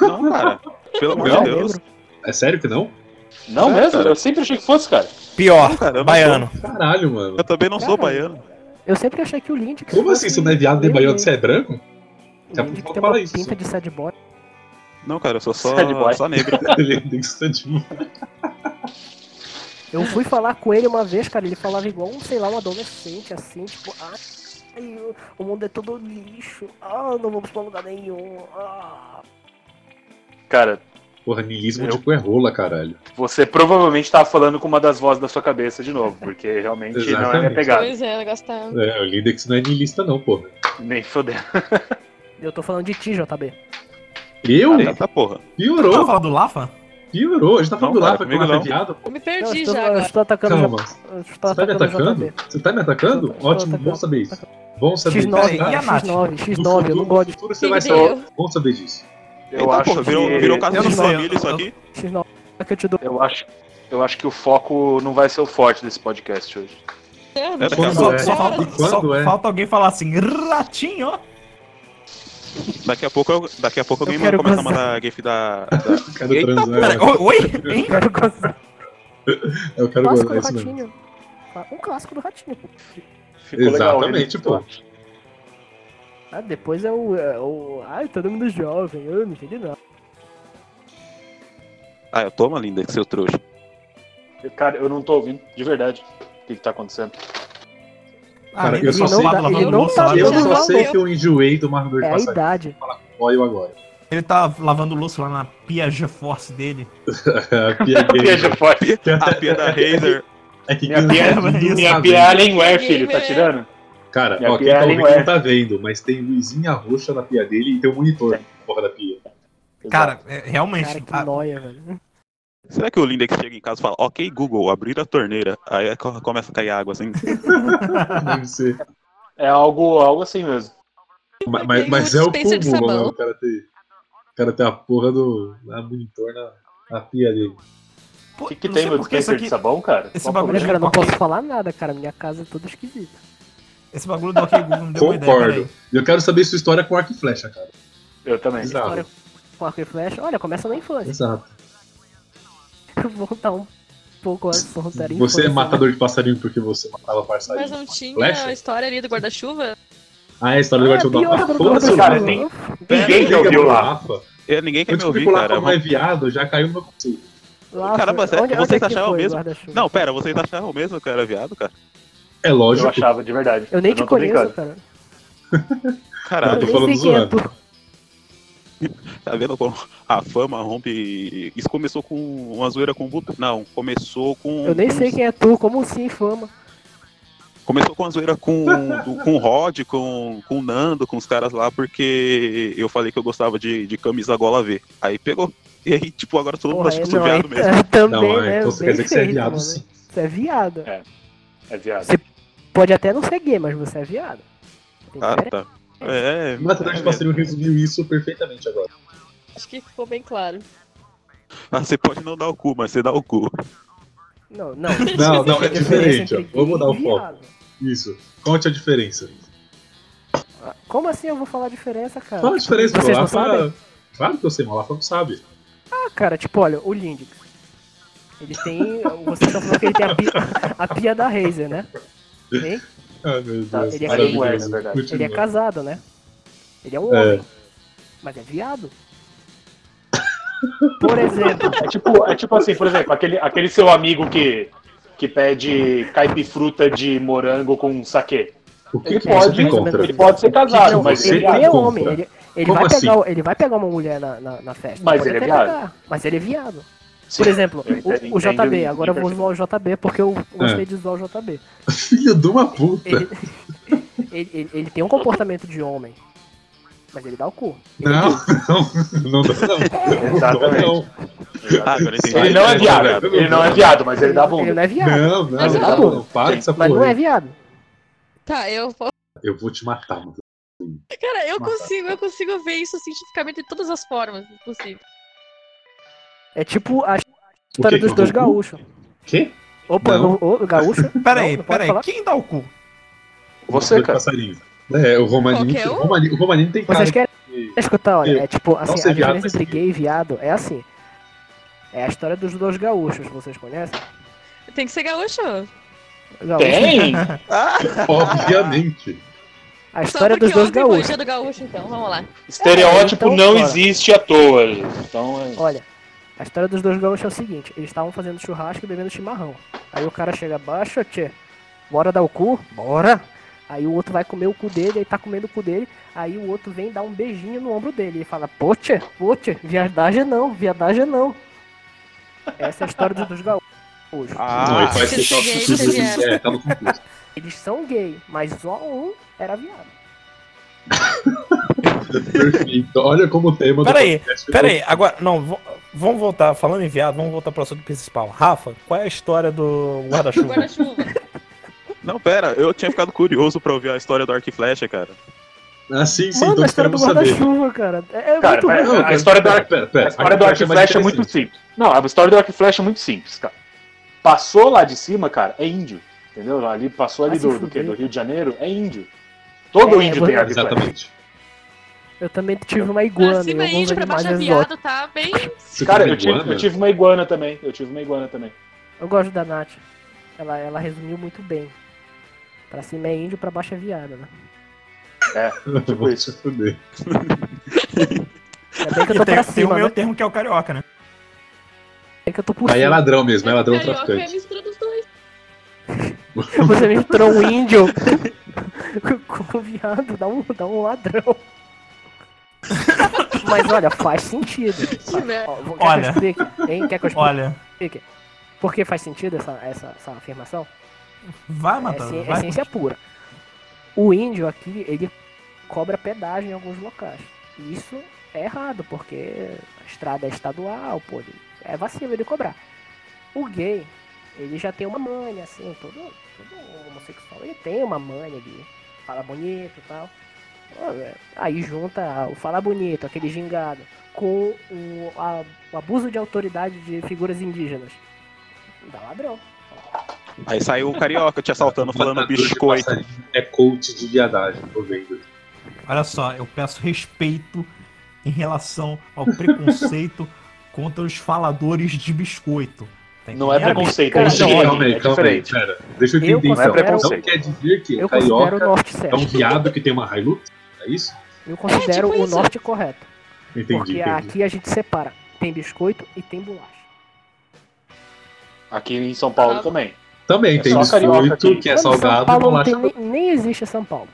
B: Não, cara. Pelo
G: Não,
B: meu
G: é
B: Deus.
D: É sério que não?
E: Não
B: É,
E: mesmo?
B: cara.
E: Eu sempre achei que fosse, cara.
B: Não,
C: Pior,
B: cara, eu não
C: baiano.
D: Caralho, mano.
B: Eu também não sou
G: Caralho.
B: baiano.
G: Eu sempre achei que o Lindy...
D: Como assim? Você não é viado nem baiano, você é branco? (laughs)
G: O
D: Daqui a
G: Lindy
D: pouco
G: tem
D: fala
G: uma
D: isso.
G: pinta de sad boy.
B: Não, cara, eu sou só,
E: Sad boy.
B: só negro.
D: Ele é instantinho.
G: Eu fui falar com ele uma vez, cara, ele falava igual um, sei lá, um adolescente, assim, tipo, ah, ai, o mundo é todo lixo, ah, não vamos pra lugar nenhum, ah.
E: Cara,
D: Porra, nilismo
E: Eu-
D: tipo é rola, caralho.
E: você provavelmente tava falando com uma das vozes da sua cabeça de novo, porque realmente não é minha
D: Exatamente.
E: pegada.
F: Pois é, o negócio tá.
D: É, o Lindex não é nilista, não, porra.
E: Nem fodendo.
G: Eu tô falando de ti, JB.
D: Eu?
B: Eita porra.
D: Piorou,
C: falando do Lafa?
D: piorou. A gente tá falando
B: Não,
D: do
B: cara,
D: Rafa que o
B: comigo
D: Rafa é
B: não.
D: viado, pô.
F: Eu me
G: Não, eu
F: perdi
G: estou,
F: já
G: eu
F: agora.
G: estou atacando
D: Calma.
G: já. Eu estou
D: Você tá me
G: atacando
D: atacando?
G: JB.
D: Você tá me atacando?
G: Eu tô
D: Ótimo,
G: atacando.
D: bom saber isso. Bom saber disso.
C: Peraí,
G: X9,
C: e a
G: cara,
C: Nath?
G: X9,
D: No
G: X9, eu
D: futuro-
G: não gosto
D: No
G: de
D: futuro você vai
F: Sim,
D: saber.
F: eu.
D: Bom saber disso.
E: Eu
B: Eita,
E: acho
B: porra, virou,
E: que...
B: virou caso
C: eu não
B: de
C: sei,
B: família
C: eu-
B: isso
C: eu-
B: aqui.
G: X9. É que eu te dou.
E: Eu acho, eu acho que o foco não vai ser o forte desse podcast hoje.
F: É,
B: Daqui a,
D: Quando
B: pouco,
C: Só,
D: é?
C: só
D: E
C: falta,
D: quando
C: só
D: é?
C: falta alguém falar assim, ratinho.
B: daqui a pouco, eu- daqui a pouco alguém
G: quero
B: começa a
G: gozar.
B: mandar GIF da. da-
D: Eu quero
B: Eita,
C: Pera,
D: transar.
C: o- oi? Hein?
G: Quero gozar.
D: Eu quero
G: Clássico
D: gozar
G: do
D: isso mesmo.
G: Ratinho. Um clássico do Ratinho. pô.
E: Ficou legal,
D: Exatamente,
E: né?
D: pô.
G: Ah, depois é o, é o... Ai, todo mundo jovem, eu não entendi nada.
B: Ah, eu toma, linda, que seu trouxa.
E: Cara, eu não tô ouvindo, de verdade. O que, que tá acontecendo?
D: Cara, eu
C: ele
D: só
C: não
D: sei-
C: tá
G: ele
C: lavando
G: não
C: louça
G: tá
C: lá né?
D: Eu
F: Já
C: na-
D: só
F: valeu.
D: sei que eu enjoei do Marvel de
G: É a
D: passagem.
G: idade.
F: então.
D: Olha eu agora. (laughs)
C: Ele tá lavando louça lá na Pia GeForce dele.
D: Pia Gamer.
E: Beijo, forte.
B: A pia da Razer.
D: É que
E: Minha
D: quem não
E: pia,
D: tá ouvindo
E: minha
D: não
E: pia é
D: tá vendo.
E: Alienware, filho, tá tirando?
D: Cara,
E: minha
D: ó, quem
E: pia é
D: tá ouvindo
E: Alienware.
D: não tá vendo, mas tem luzinha roxa na pia dele e tem um monitor porra da pia.
C: Cara, é, realmente.
G: Cara, que
C: a-
G: nóia, velho.
B: Será que o Lindex chega em casa e fala, é ok, Google, abrir a torneira? Aí co- começa a cair água assim.
F: (laughs)
D: Deve ser.
E: É algo, algo assim mesmo.
D: Ma- Mas,
F: Tem
D: mas
F: um
D: é o
F: dispenser de
D: cúmulo, né?
F: sabão.
D: O cara ter, o cara ter a porra do na monitor na, na pia dele.
E: O
C: Pô,
E: que, que
C: não
E: tem
C: sei
E: no
C: por que isso
E: dispenser de
C: aqui-
E: sabão, cara? um
C: esse
E: Qual o
C: bagulho
E: problema?
C: Olha,
G: Olha, cara, eu não
C: ok.
G: posso falar nada, cara. Minha casa é toda esquisita.
C: Esse bagulho do OK Google me deu uma ideia,
D: Concordo.
C: peraí.
D: E eu quero saber sua história com arco e flecha, cara.
E: Eu também.
D: Exato.
G: Com arco e flecha. Olha, começa na infância.
D: Exato.
G: Voltar um pouco antes do Rontarinho.
D: Você é
G: infância,
D: matador de passarinho porque você matava
F: Mas
D: passarinho.
F: não tinha
D: Flecha?
F: a história ali do guarda-chuva?
D: Ah, é a história do
G: né? Ah,
D: gatinho da
G: pior,
D: Rafa.
G: do-
D: Foda-se, né?
G: do-
D: o
E: cara,
D: nome.
E: tem-
D: Ninguém
E: Ninguém
D: liga
E: já ouviu
D: pro
E: lá.
D: Rafa.
B: É, ninguém quer
D: Eu
B: me
D: descobri
B: ouvir,
D: que o Lafa
B: cara.
D: não é viado, já caiu no meu conceito.
G: Lafa,
B: Caramba,
G: onde-
B: sério,
G: onde
B: vocês
G: é que
B: achavam
G: foi o
B: mesmo?
G: guarda-chuva?
B: Não, pera, vocês acharam mesmo que eu era viado, cara?
D: É
E: Eu
D: lógico.
E: achava de verdade.
G: Eu nem
E: não
G: te
E: tô
G: conheço,
E: brincando.
G: cara.
D: Eu
B: Caralho,
D: tô
G: nem
D: falando
G: sei quem é
D: zoando.
B: Tá vendo como a fama rompe. Isso começou com uma zoeira com o Buto? Não, começou com.
G: Eu nem sei quem é tu, como assim, fama?
B: Começou com uma zoeira com, do- com o Rod, com, com o Nando, com os caras lá, porque eu falei que eu gostava de, de camisa gola V. Aí pegou. E aí, tipo, agora todo mundo
G: Porra,
B: acha que eu
G: é-
B: sou
G: não, (laughs) é-
B: viado mesmo.
G: também,
D: Não, é,
G: né?
D: então você
G: Bem
D: quer dizer que você é
G: feito,
D: viado,
G: mano.
D: sim.
G: Você é viado.
E: É viado.
G: Você- Pode até não ser gay, mas você é viado. Tem
B: Ah,
G: diferença.
B: tá. É,
D: Matador de passarinho resumiu isso perfeitamente agora.
F: Acho que ficou bem claro.
B: ah, você pode não dar o cu, mas você dá o cu.
G: Não, não.
D: Não, não, é
G: Tem diferença
D: diferente, ó.
G: entre
D: Vou mudar o
G: gay e
D: foco.
G: viado.
D: Isso. Conte a diferença.
G: Como assim eu vou falar a diferença, cara?
D: Fala a diferença,
G: Vocês
D: pô.
G: não
D: Lafa.
G: sabem?
D: Claro que eu sei, mas o Lafa não sabe.
G: Ah, cara, tipo, olha, o Lindy. Ele tem. Você tá falando que ele tem a pia, a pia da Razer, né? Tem?
D: Ah, meu
E: Tá,
D: Deus.
G: ele é
D: maravilhoso.
E: mulher, na verdade.
D: Continua.
G: Ele é casado, né? Ele é um
D: É.
G: homem. Mas é viado. Por exemplo,
E: É tipo, é tipo assim, por exemplo, aquele, aquele seu amigo que, que pede caipifruta de morango com saquê.
D: O que,
E: Ele
D: que
E: pode,
D: você tem
E: mais
G: ou
D: contra?
G: menos.
E: Ele pode ser casado,
G: não,
E: mas
G: ele
E: ele é
G: é
D: contra.
G: homem. Ele, ele
D: Como
G: vai
D: assim?
G: pegar, o- ele vai pegar uma mulher na, na, na festa.
E: Mas
G: Pode
E: ele é
G: até
E: viado.
G: pegar, mas ele é viado. Por
E: Sim.
G: exemplo,
E: Eu
G: o- o,
E: entendo
G: JB.
E: isso,
G: Agora eu vou
E: perfeito.
G: zoar o JB porque eu gostei de zoar o JB.
D: Filho de uma puta.
G: Ele, ele, ele- ele tem um comportamento de homem. Mas ele dá o cu.
D: Não, não, não, dá, não.
E: Exatamente.
D: Não,
B: Ah, agora eu entendi.
E: Ele não é viado, ele não é viado, mas ele dá
G: Ele não
E: bunda.
G: é viado.
D: não, não,
F: Mas
D: não,
G: dá
D: não,
G: bom.
D: não, para dessa
G: Mas não
D: porra.
G: é
D: aí.
G: viado.
F: Tá, eu vou.
D: Eu vou te matar, mano.
F: Cara, eu
D: Nossa.
F: consigo, eu consigo ver isso cientificamente de todas as formas possível.
G: É tipo a
D: O quê?
G: história dos dois
D: O cu?
G: gaúchos.
D: Quê?
G: Opa,
D: Não.
G: o,
D: (laughs)
G: o gaúcho.
C: Peraí,
G: Não, não pode
C: peraí,
G: falar.
C: quem dá o cu?
E: Você, cara.
D: Passarinho. É, o Romanini,
F: Qualquer um?
D: o Romanini, o Romanini tem cara
G: Vocês querem
D: de...
G: escutar, olha, é tipo, assim,
D: ser
G: a
D: viado,
G: diferença
D: mas
G: entre
D: ser
G: gay e viado é assim. É a história dos dois gaúchos, vocês conhecem?
F: Tem que ser gaúcho.
G: Gaúcho.
E: Tem!
G: é
D: Obviamente.
G: A história
F: Só porque
G: dos dois
F: ontem foi o
G: gaúchos.
F: dia do gaúcho, então, vamos lá.
E: Estereótipo
G: então,
E: não
G: bora.
E: existe à toa. gente. Então, é-
G: Olha, a história dos dois gaúchos é o seguinte, eles estavam fazendo churrasco e bebendo chimarrão. Aí o cara chega, baixa, tchê, bora dar o cu? Bora! Aí o outro vai comer o cu dele, aí tá comendo o cu dele, aí o outro vem dar um beijinho no ombro dele e fala, pô, tchê, pô, tchê, viadagem não, viadagem não. Essa é a história dos dois gaúchos.
D: não,
B: Ah,
D: ele faz
F: se
D: total
F: cheguei,
D: sentido.
F: cheguei.
D: É, tá no concurso.
F: (laughs)
G: Eles são gay, mas só um era viado.
D: Perfeito. Olha como o tema
C: Peraí,
D: do podcast é ficou-
C: Peraí, agora, não, vo- vamos voltar, falando em viado, vamos voltar pro assunto principal. Rafa, qual é a história do guarda-chuva?
F: Guarda-chuva.
B: não, pera, eu tinha ficado curioso pra ouvir a história do Arco e Flecha, cara.
D: Ah, sim, sim,
G: Mano, a
D: todos
G: história do
D: queremos saber.
G: guarda-chuva, cara. É, é
E: Cara,
G: muito
E: pera-
G: ruim.
E: a história do Arco-
D: pera,
E: A
D: pera,
E: história do Arco e Flecha é muito
D: interessante.
E: simples. Não, a história do Arco e Flecha é muito simples, cara. Passou lá de cima, cara, é índio. Entendeu? Ali passou ali
G: Vai se
E: do, do, quê?
G: fuder.
E: do Rio de Janeiro, é índio. Todo
G: É,
E: índio tem arco e flecha.
D: Exatamente.
G: Eu também tive uma
F: Pra
G: iguana e
F: cima é
G: alguns
F: índio, pra
G: animais
F: baixo é
G: exóticos.
F: viado, tá bem.
D: Você
E: Cara,
D: come
E: eu tive,
D: iguana?
E: eu tive uma iguana também. Eu tive uma iguana também.
G: Eu gosto da Nath. Ela, ela resumiu muito bem. Pra cima é índio, pra baixo é viado, né?
D: (laughs)
E: tipo isso.
D: Se fuder.
G: Ainda bem que eu
C: E tem,
G: tô pra
C: tem o
G: cima, né?
C: meu termo que é o carioca, né?
G: Ainda bem que eu tô por
D: Aí é
G: cima.
D: ladrão mesmo, é ladrão
F: Carioca é a
D: traficante.
F: mistura dos dois.
G: (laughs) Você misturou um índio (laughs) com- com um viado, dá um, dá um ladrão. (laughs) Mas olha, faz sentido.
F: Que merda.
G: Ó, vou-
C: Olha.
G: Quer que eu explique? Hein? Quer que eu explique?
C: Olha,
G: Por que faz sentido essa, essa, essa afirmação?
C: vai,
G: É,
C: Matheus,
G: ci- é
C: tá, vai.
G: ciência pura. O índio aqui, ele cobra pedágio em alguns locais. E isso é errado, porque a estrada é estadual, pô, ele- é vacilo ele cobrar. O gay, ele já tem uma manha, assim, todo, todo homossexual, ele tem uma manha de fala bonito e tal. Ó, velho, Aí junta o falar bonito, aquele gingado, com o, a- o abuso de autoridade de figuras indígenas. Dá ladrão.
B: Aí saiu o carioca te assaltando, falando
D: Matador de
B: biscoito.
D: passarinho É coach de viadagem, tô vendo.
C: Olha só, eu peço respeito em relação ao preconceito (laughs) contra os faladores de biscoito. Tá
E: Não é
C: entendendo?
E: preconceito, é
G: Cara,
D: Calma aí,
E: ódio,
D: calma aí,
E: é
D: calma aí,
E: diferente.
D: pera. Deixa eu
G: Eu
D: entender então.
E: considero- Não é
D: Então
E: preconceito.
D: quer dizer que
G: Eu considero o
D: carioca
G: norte
D: é
G: certo.
D: um viado que tem uma Hilux? É isso?
G: Eu considero
F: É, tipo
G: o
F: isso.
G: norte correto.
D: Entendi,
G: porque
D: entendi.
G: aqui a gente separa. Tem biscoito e tem bolacha.
E: Aqui em São Paulo
F: Ah,
E: também.
D: Também
E: é
D: tem
E: só carioca
D: biscoito,
E: aqui.
D: que é
G: Mano, São
D: salgado e
G: Paulo não
D: bolacha.
G: tem, nem, nem existe São Paulo.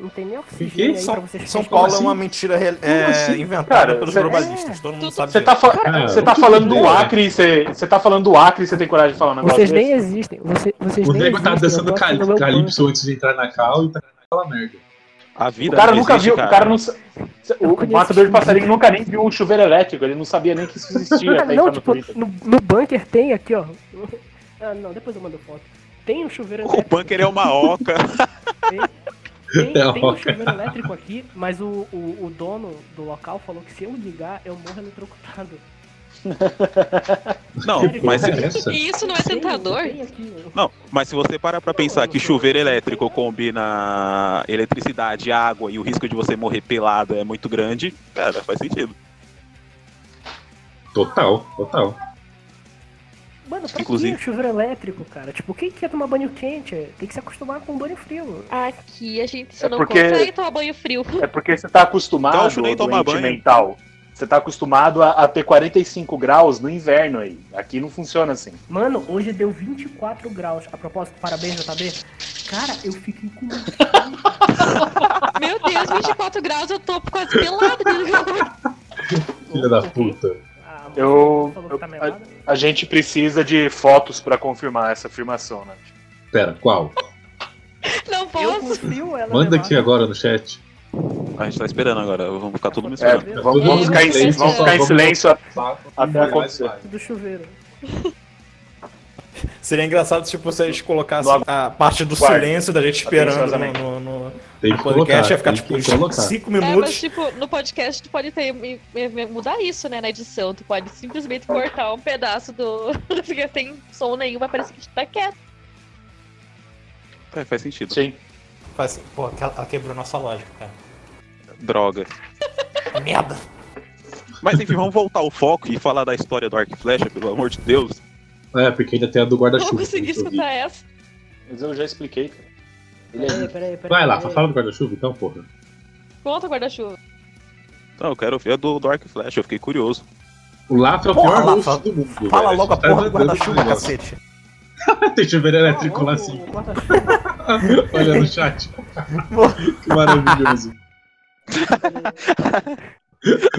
G: Não tem nem oxigênio aí
D: que? é
G: pra
C: São,
G: vocês
C: São
G: ficarem
C: Paulo é
D: assim?
C: uma mentira real- é,
D: Como assim?
C: inventada
E: Cara,
C: pelos
E: cê-
C: globalistas. Todo mundo sabe
E: Você
C: disso.
E: tá, fa-
D: Cara,
E: você tá
D: não
E: falando
D: tem
E: do
D: ideia.
E: Acre, você você tá falando do Acre, você tem coragem de falar um negócio
G: Vocês nem
E: desse?
G: existem. Você, vocês
D: O
G: nem
D: nego tá
G: existem,
D: dançando
G: eu tô aqui no
D: cali-
G: meu
D: calypso antes de entrar na cal e tá aquela merda.
B: A
E: O
B: vida
E: cara
B: Então, não
E: nunca
B: existe,
E: viu, o cara não. sa-
G: Eu
E: O
G: conheço
E: matador de
G: gente.
E: passarinho nunca nem viu um chuveiro elétrico, ele não sabia nem que isso existia.
G: banco.
E: até
G: (laughs) (laughs) Não,
E: entrar no
G: tipo,
E: Twitter.
G: no, no bunker tem aqui, ó. (laughs) Ah, não, depois eu mando foto. Tem um chuveiro
B: (laughs) O
G: elétrico.
B: bunker é uma oca.
G: Tem,
D: É,
G: tem
D: ó.
G: um chuveiro elétrico aqui, mas o, o, o dono do local falou que se eu ligar, eu morro eletrocutado.
B: Não,
G: Sério,
B: mas,
D: Porra, é essa?
F: E isso não é
G: Tem-
F: tentador?
G: tem aqui, ó.
B: não, mas se você parar pra pensar que chuveiro elétrico combina eletricidade, água e o risco de você morrer pelado é muito grande, cara, faz sentido.
D: Total, total.
G: Mano, pra
B: Inclusive.
G: que chuveiro elétrico, cara? Tipo, quem quer tomar banho quente? Tem que se acostumar com banho frio.
F: Aqui a gente só
E: É
F: não
E: porque-
F: consegue tomar banho frio.
E: É porque você tá acostumado
B: Gaúcho nem
E: ao
B: toma
E: doente
B: banho.
E: mental. Você tá acostumado a, a ter 45 graus no inverno aí. Aqui não funciona assim.
G: Mano, hoje deu 24 graus. A propósito, parabéns, JB. Cara, eu fiquei com medo.
F: (laughs) Meu Deus, 24 graus, eu tô quase (laughs) pelado.
D: Filha da puta.
G: Ah, mano,
E: Eu-
G: falou que tá
E: eu-
G: melado.
E: A gente precisa de fotos pra confirmar essa afirmação, né?
D: Pera, qual?
F: Não
G: Eu
F: posso.
G: confio, ela é
D: Manda
G: melada.
D: aqui agora no chat. Tá
B: A gente tá esperando agora, vamos ficar todo mundo
E: É,
B: esperando.
E: vamos, vamos ficar em, silêncio- vamos ficar em silêncio a- até acontecer.
G: Do chuveiro.
C: Seria engraçado se tipo, vocês colocassem
E: Logo.
C: a parte do
E: Guarda.
C: silêncio da gente esperando
E: Atenciosamente.
C: no, no, no
D: Tem que
C: podcast.
D: colocar,
C: Ia ficar
D: tem
C: tipo
D: que colocar.
C: 5
F: É, mas
C: minutos.
F: tipo, no podcast tu pode ter, me- me- mudar isso, né, na edição. Tu pode simplesmente cortar um pedaço do. (laughs) Porque tem som nenhum, vai parecer que a gente tá quieto.
B: É, faz sentido.
E: Sim.
C: Faz- assim, Pô, aquela- ela quebrou nossa lógica, cara.
B: Droga.
C: Merda.
B: Mas enfim, vamos voltar ao foco e falar da história do Arco e Flecha, pelo amor de Deus.
D: É, porque ainda tem a do
F: Não tá
D: guarda-chuva.
F: consegui
D: que eu vi.
F: escutar essa.
E: Mas eu já expliquei. cara. Ele é
G: Peraí,
E: lindo.
G: peraí, peraí.
D: Vai lá,
G: peraí.
D: fala do guarda-chuva então, porra.
F: Conta guarda-chuva.
B: Não, eu quero ver a do, do Arco e Flecha, eu fiquei curioso.
D: O Lafo é o
C: Porra,
D: pior
C: Lafo,
D: host do mundo.
C: Fala
D: velho.
C: logo a
D: Tá
C: porra do
D: andando com
C: guarda-chuva,
D: esse negócio.
C: cacete.
D: (laughs) Tem chuveiro elétrico lá
G: Ah,
D: assim.
G: o guarda-chuva.
D: Olha no chat. que maravilhoso.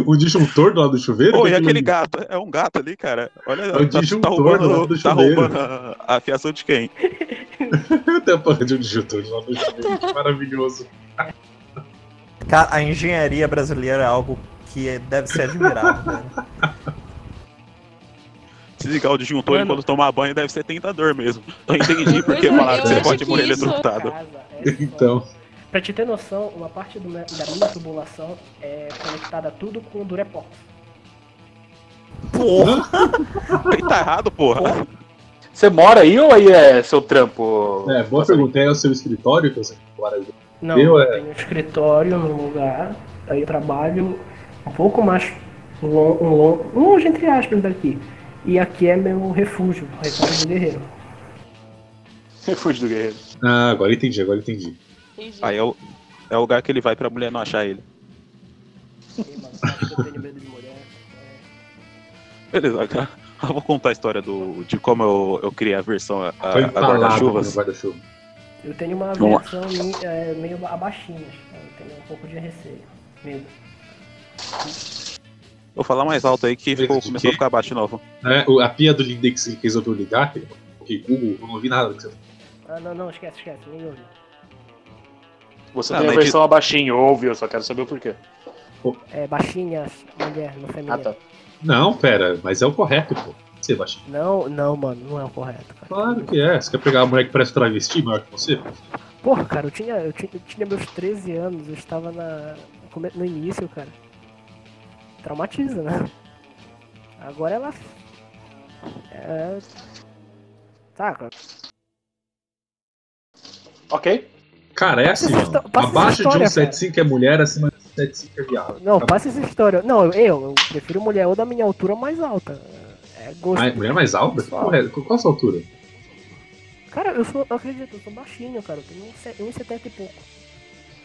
D: o disjuntor do lado do chuveiro?
B: Pô,
D: tem
B: e aquele
D: aquele-
B: gato? É um gato ali, cara. Olha,
D: É o
B: tá, tá
D: disjuntor do
E: né?
D: lado
B: roubando,
D: do
B: tá
D: chuveiro.
B: roubando a- a fiação de quem?
D: (laughs) Tem a porra de um disjuntor do lado do chuveiro. que maravilhoso.
C: Cara, a engenharia brasileira é algo que deve ser né? admirado,
E: (laughs)
C: velho.
B: Desligar o disjuntor
G: Mano.
B: enquanto tomar banho deve ser tentador mesmo. Eu entendi porque
F: Pois é,
B: falaram que
F: eu
B: você
F: acho
B: pode
F: que
B: morrer
F: isso-
B: eletrocutado.
G: Casa, é só.
D: Então,
G: Pra te ter noção, uma parte do me- da minha tubulação é conectada tudo com o Durepox.
C: Porra.
B: Ele tá errado, porra.
E: Você mora aí ou aí é seu trampo? (laughs)
D: é, boa pergunta. É o seu escritório que eu sei que maravilhoso.
G: Não,
D: Eu,
G: eu,
D: é.
G: tenho um escritório num lugar, aí eu trabalho um pouco mais lo- um lo- longe, entre aspas, daqui. E aqui é meu refúgio, refúgio do guerreiro.
E: Refúgio do guerreiro.
D: Ah, agora entendi, agora entendi.
F: Entendi.
B: Aí é o, é o lugar que ele vai pra mulher não achar ele.
G: Ei, mano, sabe que eu tenho medo de mulher?
B: Beleza, (laughs) cara. Eu vou contar a história do, de como eu, eu criei a versão a, a,
D: Foi
B: Ah, a
D: empalado
B: guarda-chuvas.
D: no guarda-chuva.
G: Eu tenho uma
B: Vamos
G: versão mi- é, meio abaixinha, eu tenho um pouco de receio, medo.
B: Vou falar mais alto aí que ficou-
D: Esse de
B: começou a
D: quê?
B: ficar baixo de novo.
D: Né, o- A pia do Lindex que resolveu ligar, que que Google, eu não vi nada que você
G: Ah, não, não, esquece, esquece, nem ouve.
E: Você
B: Ah,
E: tem a
B: mas
E: versão abaixinho, ouve, eu só quero saber o porquê.
G: É, baixinhas, mulher, no feminino.
E: Ah, tá.
D: Não, pera, mas é o correto, pô. Você baixinho.
G: Não, não, mano, não é o correto, cara.
D: um Claro que é. Você quer pegar a mulher que parece travesti maior que você?
G: Porra, cara, eu tinha, eu tinha, eu tinha meus 13 anos, eu estava na, no come- no início, cara. Traumatiza, né? Agora ela. É. Tá, cara.
E: Ok?
D: Carece,
G: Passa essa
D: mano.
G: histó- passa
D: é
G: essa
D: assim, Abaixo de
G: história,
D: 175 é mulher, acima de 175 é viado.
G: Não,
D: Tá
G: passa essa história. Não, eu, eu prefiro mulher ou da minha altura mais alta. É gosto.
D: Ah, mulher mais alta?
G: Pessoal.
D: Qual, é, qual a sua altura?
G: Cara, eu sou, eu acredito, eu sou baixinho, cara. Eu tenho 1,70 e pouco.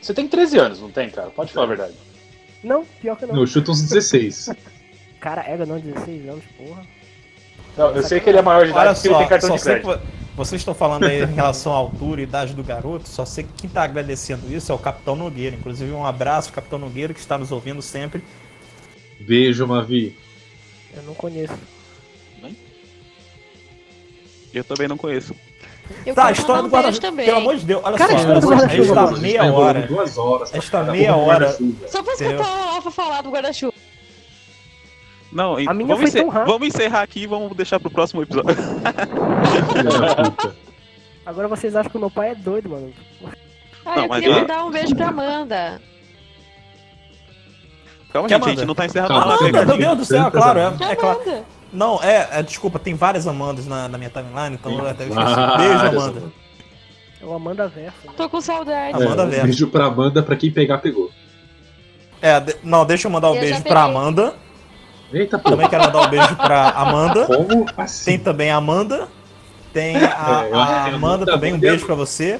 E: Você tem 13 anos, não tem, cara? Pode falar a verdade.
G: Não, pior que não.
D: Não, eu chuto uns
G: (laughs)
D: 16.
G: Cara, era não, 16 anos, porra.
E: Não, eu sei que ele é maior de idade
C: Olha
E: porque ele tem
C: só,
E: cartão
C: só
E: de
C: sei que
E: crédito.
C: vo- vocês estão falando aí em relação à altura e idade do garoto, só sei que quem está agradecendo isso é o Capitão Nogueira. Inclusive, um abraço, Capitão Nogueira, que está nos ouvindo sempre.
D: Beijo, Mavi.
G: Eu não conheço.
B: Eu também não conheço.
F: Eu
C: tá, a
F: quero
C: história
F: mandar
C: do
F: um
C: guarda
F: beijo também.
C: Pelo amor de Deus, olha
G: Cara,
C: só.
G: a história do
C: a gente
G: guarda-chuva,
C: está
D: Mano, a gente tá
C: meia
D: enrolando
C: hora.
D: Duas horas.
C: A gente tá
D: Cara, assim,
C: meia
D: porra,
C: hora.
D: guarda-chuva.
F: Só pra
C: Entendeu?
F: escutar a Rafa falar do guarda-chuva.
B: Não,
G: A
B: então
G: minha
B: vamos,
G: foi tão rápida.
B: vamos encerrar aqui e vamos deixar pro próximo episódio.
D: Filha da
C: (laughs)
D: puta.
G: Agora vocês acham que o meu pai é doido, mano.
F: Ah,
B: Não,
F: eu
B: mas
F: queria
B: ela-
F: mandar um beijo pra Amanda.
B: (laughs) Calma, gente,
C: Quer
B: a
C: mandar?
B: gente não tá encerrando
D: Calma.
B: nada.
C: Amanda,
B: cara.
C: meu Deus do céu, é claro, (laughs) é, é claro.
F: Amanda!
C: Não, é, é, desculpa, tem várias Amandas na, na minha timeline, então eu até esqueci. Beijo,
D: Várias,
C: Amanda.
D: mano.
G: É o Amanda Verso. né?
F: Tô com saudade.
C: Amanda
D: É,
C: Vera.
D: Beijo pra Amanda, pra quem pegar, pegou.
C: É, de- não, deixa eu mandar um
F: Eu já
C: beijo
F: peguei.
C: pra Amanda.
D: Eita, pô.
C: Também quero mandar um beijo pra Amanda.
D: Como
C: Tem
D: assim?
C: também a Amanda. Tem a,
D: (laughs) É, eu acho
C: a
D: que tem
C: Amanda
D: muita
C: também, um
D: Amanda.
C: beijo pra você.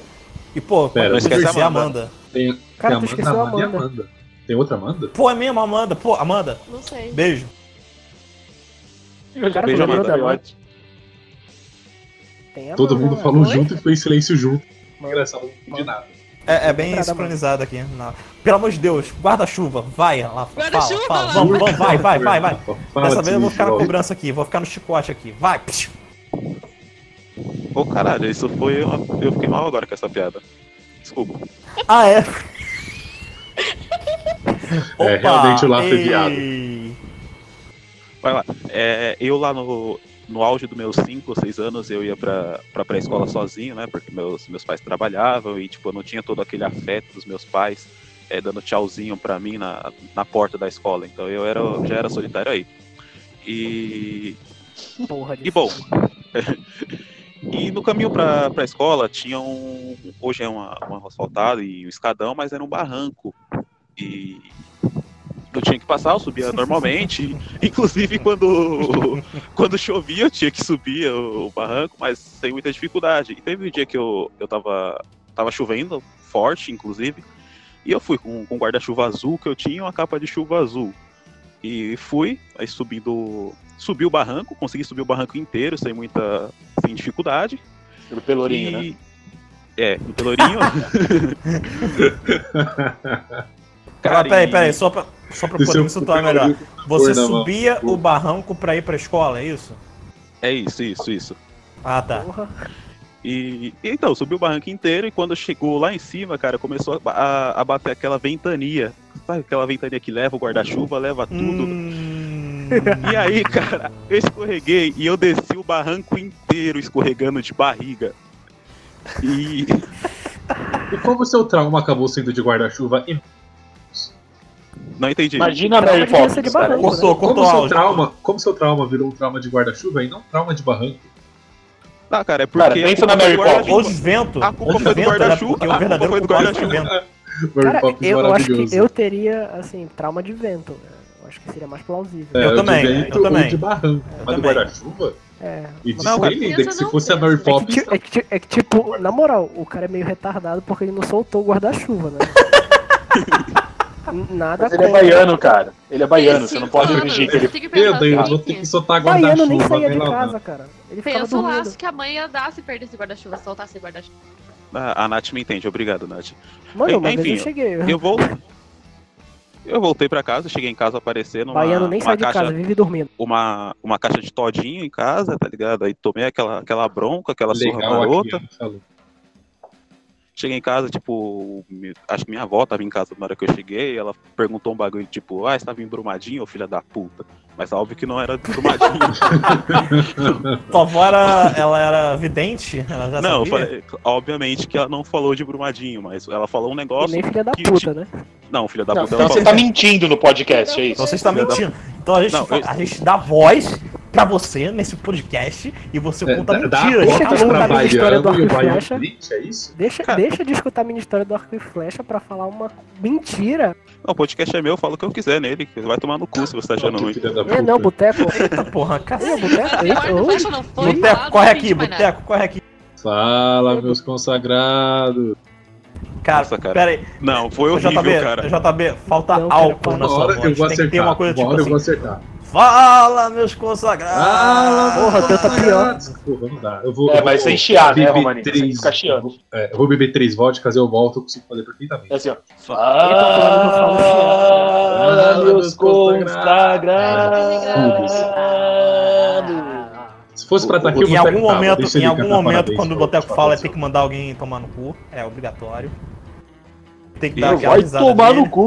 C: E, pô,
D: Pera,
C: quando
D: não
C: eu
B: esquece a
C: conheci a
B: Amanda.
C: Amanda.
D: Tem,
G: Cara, tu
D: tem
G: esqueceu a
D: e
G: Amanda.
D: Amanda. Tem outra Amanda?
C: Pô, é mesmo, Amanda. Pô, Amanda,
F: Não sei.
C: beijo.
E: Beijo,
G: Cara,
E: beijo,
B: lembrou
E: Amanda.
G: da
E: Foi
G: Amanda?
E: ótimo.
G: Tem a
D: Todo
G: Amanda,
D: mundo
G: né?
D: falou
G: Oi?
D: junto e foi em silêncio junto.
G: Mano.
D: Engraçado, não entendi nada.
C: É, é bem
G: Entrada,
C: sincronizado aqui. na- Pelo amor de Deus, guarda-chuva, vai lá. fala,
F: Guarda-chuva,
C: fala,
F: lá.
C: Vamos, vamos, vai, vai, vai, vai.
D: Fala,
C: Dessa vez eu vou ficar na
D: Silvio.
C: cobrança aqui, vou ficar no chicote aqui. Vai. psh.
B: Ô caralho, isso foi. Uma... Eu fiquei mal agora com essa piada. Desculpa.
C: Ah,
D: (laughs)
C: é.
D: É, realmente o Lá foi viado.
C: ei.
B: Vai lá. É, eu lá no, no auge dos meus 5 ou 6 anos, eu ia pra, pra pré-escola sozinho, né? Porque meus, meus pais trabalhavam e, tipo, eu não tinha todo aquele afeto dos meus pais é, dando tchauzinho pra mim na, na porta da escola. Então eu era, já era solitário aí. E
G: Porra de
B: e bom. (laughs) e no caminho pra, pra escola tinha um. Hoje é uma, uma asfaltada e um escadão, mas era um barranco. E eu tinha que passar, eu subia normalmente. Inclusive quando, quando chovia eu tinha que subir o, o barranco, mas sem muita dificuldade. E teve um dia que eu, eu tava. tava chovendo, forte, inclusive. E eu fui com, com um guarda-chuva azul que eu tinha, e uma capa de chuva azul. E fui, aí subindo subi o barranco, consegui subir o barranco inteiro sem muita sem dificuldade.
E: Pelo Pelourinho, né?
B: e... É, no Pelourinho. (laughs)
C: Agora,
B: e-
C: peraí, peraí, só pra, só pra
D: Esse
C: poder
D: é
C: me
D: o-
C: situar
D: o
C: tá melhor.
D: Pelourinho
C: Você
D: cor na mão.
C: subia o barranco pra ir pra escola, é isso?
B: É isso, isso, isso.
C: Ah, tá.
G: Porra.
B: E e então, subi o barranco inteiro e quando chegou lá em cima, cara, começou a, a- a bater aquela ventania. Sabe aquela ventania que leva o guarda-chuva, leva tudo.
C: Hum.
B: (laughs) E aí, cara, eu escorreguei e eu desci o barranco inteiro escorregando de barriga. E
D: E como o seu trauma acabou sendo de guarda-chuva? E
B: não entendi.
E: Imagina a
G: Trauma
E: Mary
G: de criança
E: Poppins,
G: de
E: cara.
G: barranco.
C: Cortou,
D: como
C: cortou
D: o
C: o
D: seu
C: áudio.
D: trauma, como seu trauma virou um trauma de guarda-chuva e não um trauma de barranco?
B: Não, cara, é porque
E: Cara, pensa
B: a culpa
E: na Mary
B: do
E: Poppins.
B: guarda-chuva-
C: Ou de vento.
B: A
C: Ou
B: culpa
C: de
B: foi do
C: vento, né?
B: guarda-chuva.
C: Porque
B: A
C: o
B: culpa
C: verdadeiro
B: foi do
C: culpado é o
B: guarda-chuva.
C: vento.
D: Mary
G: Cara,
D: Poppins
G: eu, eu acho que
D: um maravilhoso.
G: eu teria, assim, trauma de vento. Eu acho que seria mais plausível.
D: É,
C: eu
D: o
C: também,
D: de vento
C: eu
D: ou
C: também.
D: de barranco. Mas de
C: também.
D: guarda-chuva? E
G: É. mas-
D: de
B: Não, cara,
D: Swindon, que
F: criança
D: se
F: não
D: fosse a
F: pensa.
D: Mary
G: É que,
D: Poppins...
G: ti- é que ti- é que, tipo, na moral, o cara é meio retardado porque ele não soltou o
D: (laughs)
G: guarda-chuva, né? N- Nada
E: Mas ele é
G: contra.
E: baiano, cara. Ele é baiano, você
F: Cinco
E: não pode
F: anos,
E: exigir que ele.
F: tem que pensar
D: Meu Deus,
F: assim,
D: vou ter que soltar
G: Baiano
D: é
G: nem
D: guarda-chuva. né,
G: saía de
D: vem lá,
G: casa,
D: mano.
G: cara. Ele ficava
F: Pensa o
G: dormindo.
F: laço que a mãe ia dar se perder esse guarda-chuva, soltar esse guarda-chuva.
B: Ah, A, a Nath me entende, obrigado, Nath.
G: Mano, uma vez
B: Enfim,
G: eu cheguei.
B: Eu vou. Eu voltei pra casa, cheguei em casa aparecendo uma,
G: Baiano nem
B: uma
G: sai de
B: caixa,
G: casa, vive dormindo.
B: uma, uma caixa de todinho em casa, tá ligado? Aí tomei aquela, aquela bronca, aquela surra
D: Legal
B: marota.
D: aqui, ó, falou.
B: Cheguei em casa, tipo, me- acho que minha avó tava em casa na hora que eu cheguei, ela perguntou um bagulho, tipo, ah, você tava embrumadinho, ô filha da puta. Mas óbvio que não era de
G: (laughs)
B: Brumadinho.
C: Tua avó era, ela era vidente? Ela já
B: não, eu
C: sabia?
B: falei- obviamente que ela não falou de Brumadinho, mas ela falou um
G: E
B: negócio.
G: nem filha da
B: que-
G: puta, né?
B: Não, filha da
E: Não,
B: puta,
E: então
B: ela
E: você
B: falou.
E: tá mentindo no podcast, é
C: Então
E: isso?
C: você está
B: Filha da-
C: mentindo. Então a gente,
B: Não,
C: fa-
B: eu-
C: a gente dá voz pra você nesse podcast e você
D: É,
C: conta
D: dá- dá
C: mentiras. Tá
G: Deixa
D: contas
G: eu contar a minha história do
D: trabalhando e o
G: arco e
D: Bayern
G: flecha.
D: Blitz, é isso?
G: Deixa,
B: Cara-
G: deixa de escutar a minha história do arco e flecha pra falar uma mentira.
B: Não, o podcast é meu, eu falo o que eu quiser nele. que Vai tomar no cu se você tá achando
D: Ô, que
B: ruim.
D: filha da
G: É, não,
D: puta.
G: boteco.
C: Eita porra,
G: É,
C: cacete.
G: boteco.
F: Pior que
G: é,
F: o
G: oi?
F: Flecha não foi
C: Boteco,
F: falado,
C: corre
F: não
C: aqui,
F: fiz mais nada.
C: boteco, corre aqui.
D: Fala, meus consagrados.
C: Cara,
B: Nossa, cara.
C: pera aí.
B: Não, foi
C: Ô,
G: tá
B: horrível,
C: JB,
B: cara.
C: JB, falta
G: Não, cara,
C: álcool
G: fala.
C: na
D: Uma
C: sua
D: hora eu vou
C: voz. Tem que ter
D: acertar.
C: uma coisa
D: Uma
C: tipo
D: hora eu
C: assim.
D: vou acertar.
C: Fala, meus consagrados!
G: Porra, tanta
D: um
G: pior.
D: Porra, não dá. Eu vou,
E: É,
D: eu
E: vai
D: vou
E: sem chiar, né,
D: beber
E: Romaninho? Sem
D: três-
E: ficar chiando.
D: é, eu vou beber três vodkas, eu volto, eu consigo fazer perfeitamente.
E: É assim, ó.
G: falando que eu falo
E: Fala,
D: chiado?
E: meus consagrados.
G: Ah,
D: Se fosse pra estar aqui, eu
C: É. Em
D: boteco
C: algum
D: tava,
C: momento,
D: deixa
C: em
D: ele
C: algum
D: cantar
C: momento
D: parabéns
C: quando o
D: pra
C: Boteco
D: vocês.
C: fala, é tem que mandar alguém tomar no cu. É obrigatório. Tem que
B: E
C: dar aquela
E: Vai
C: risada
E: tomar
C: dele.
E: no cu.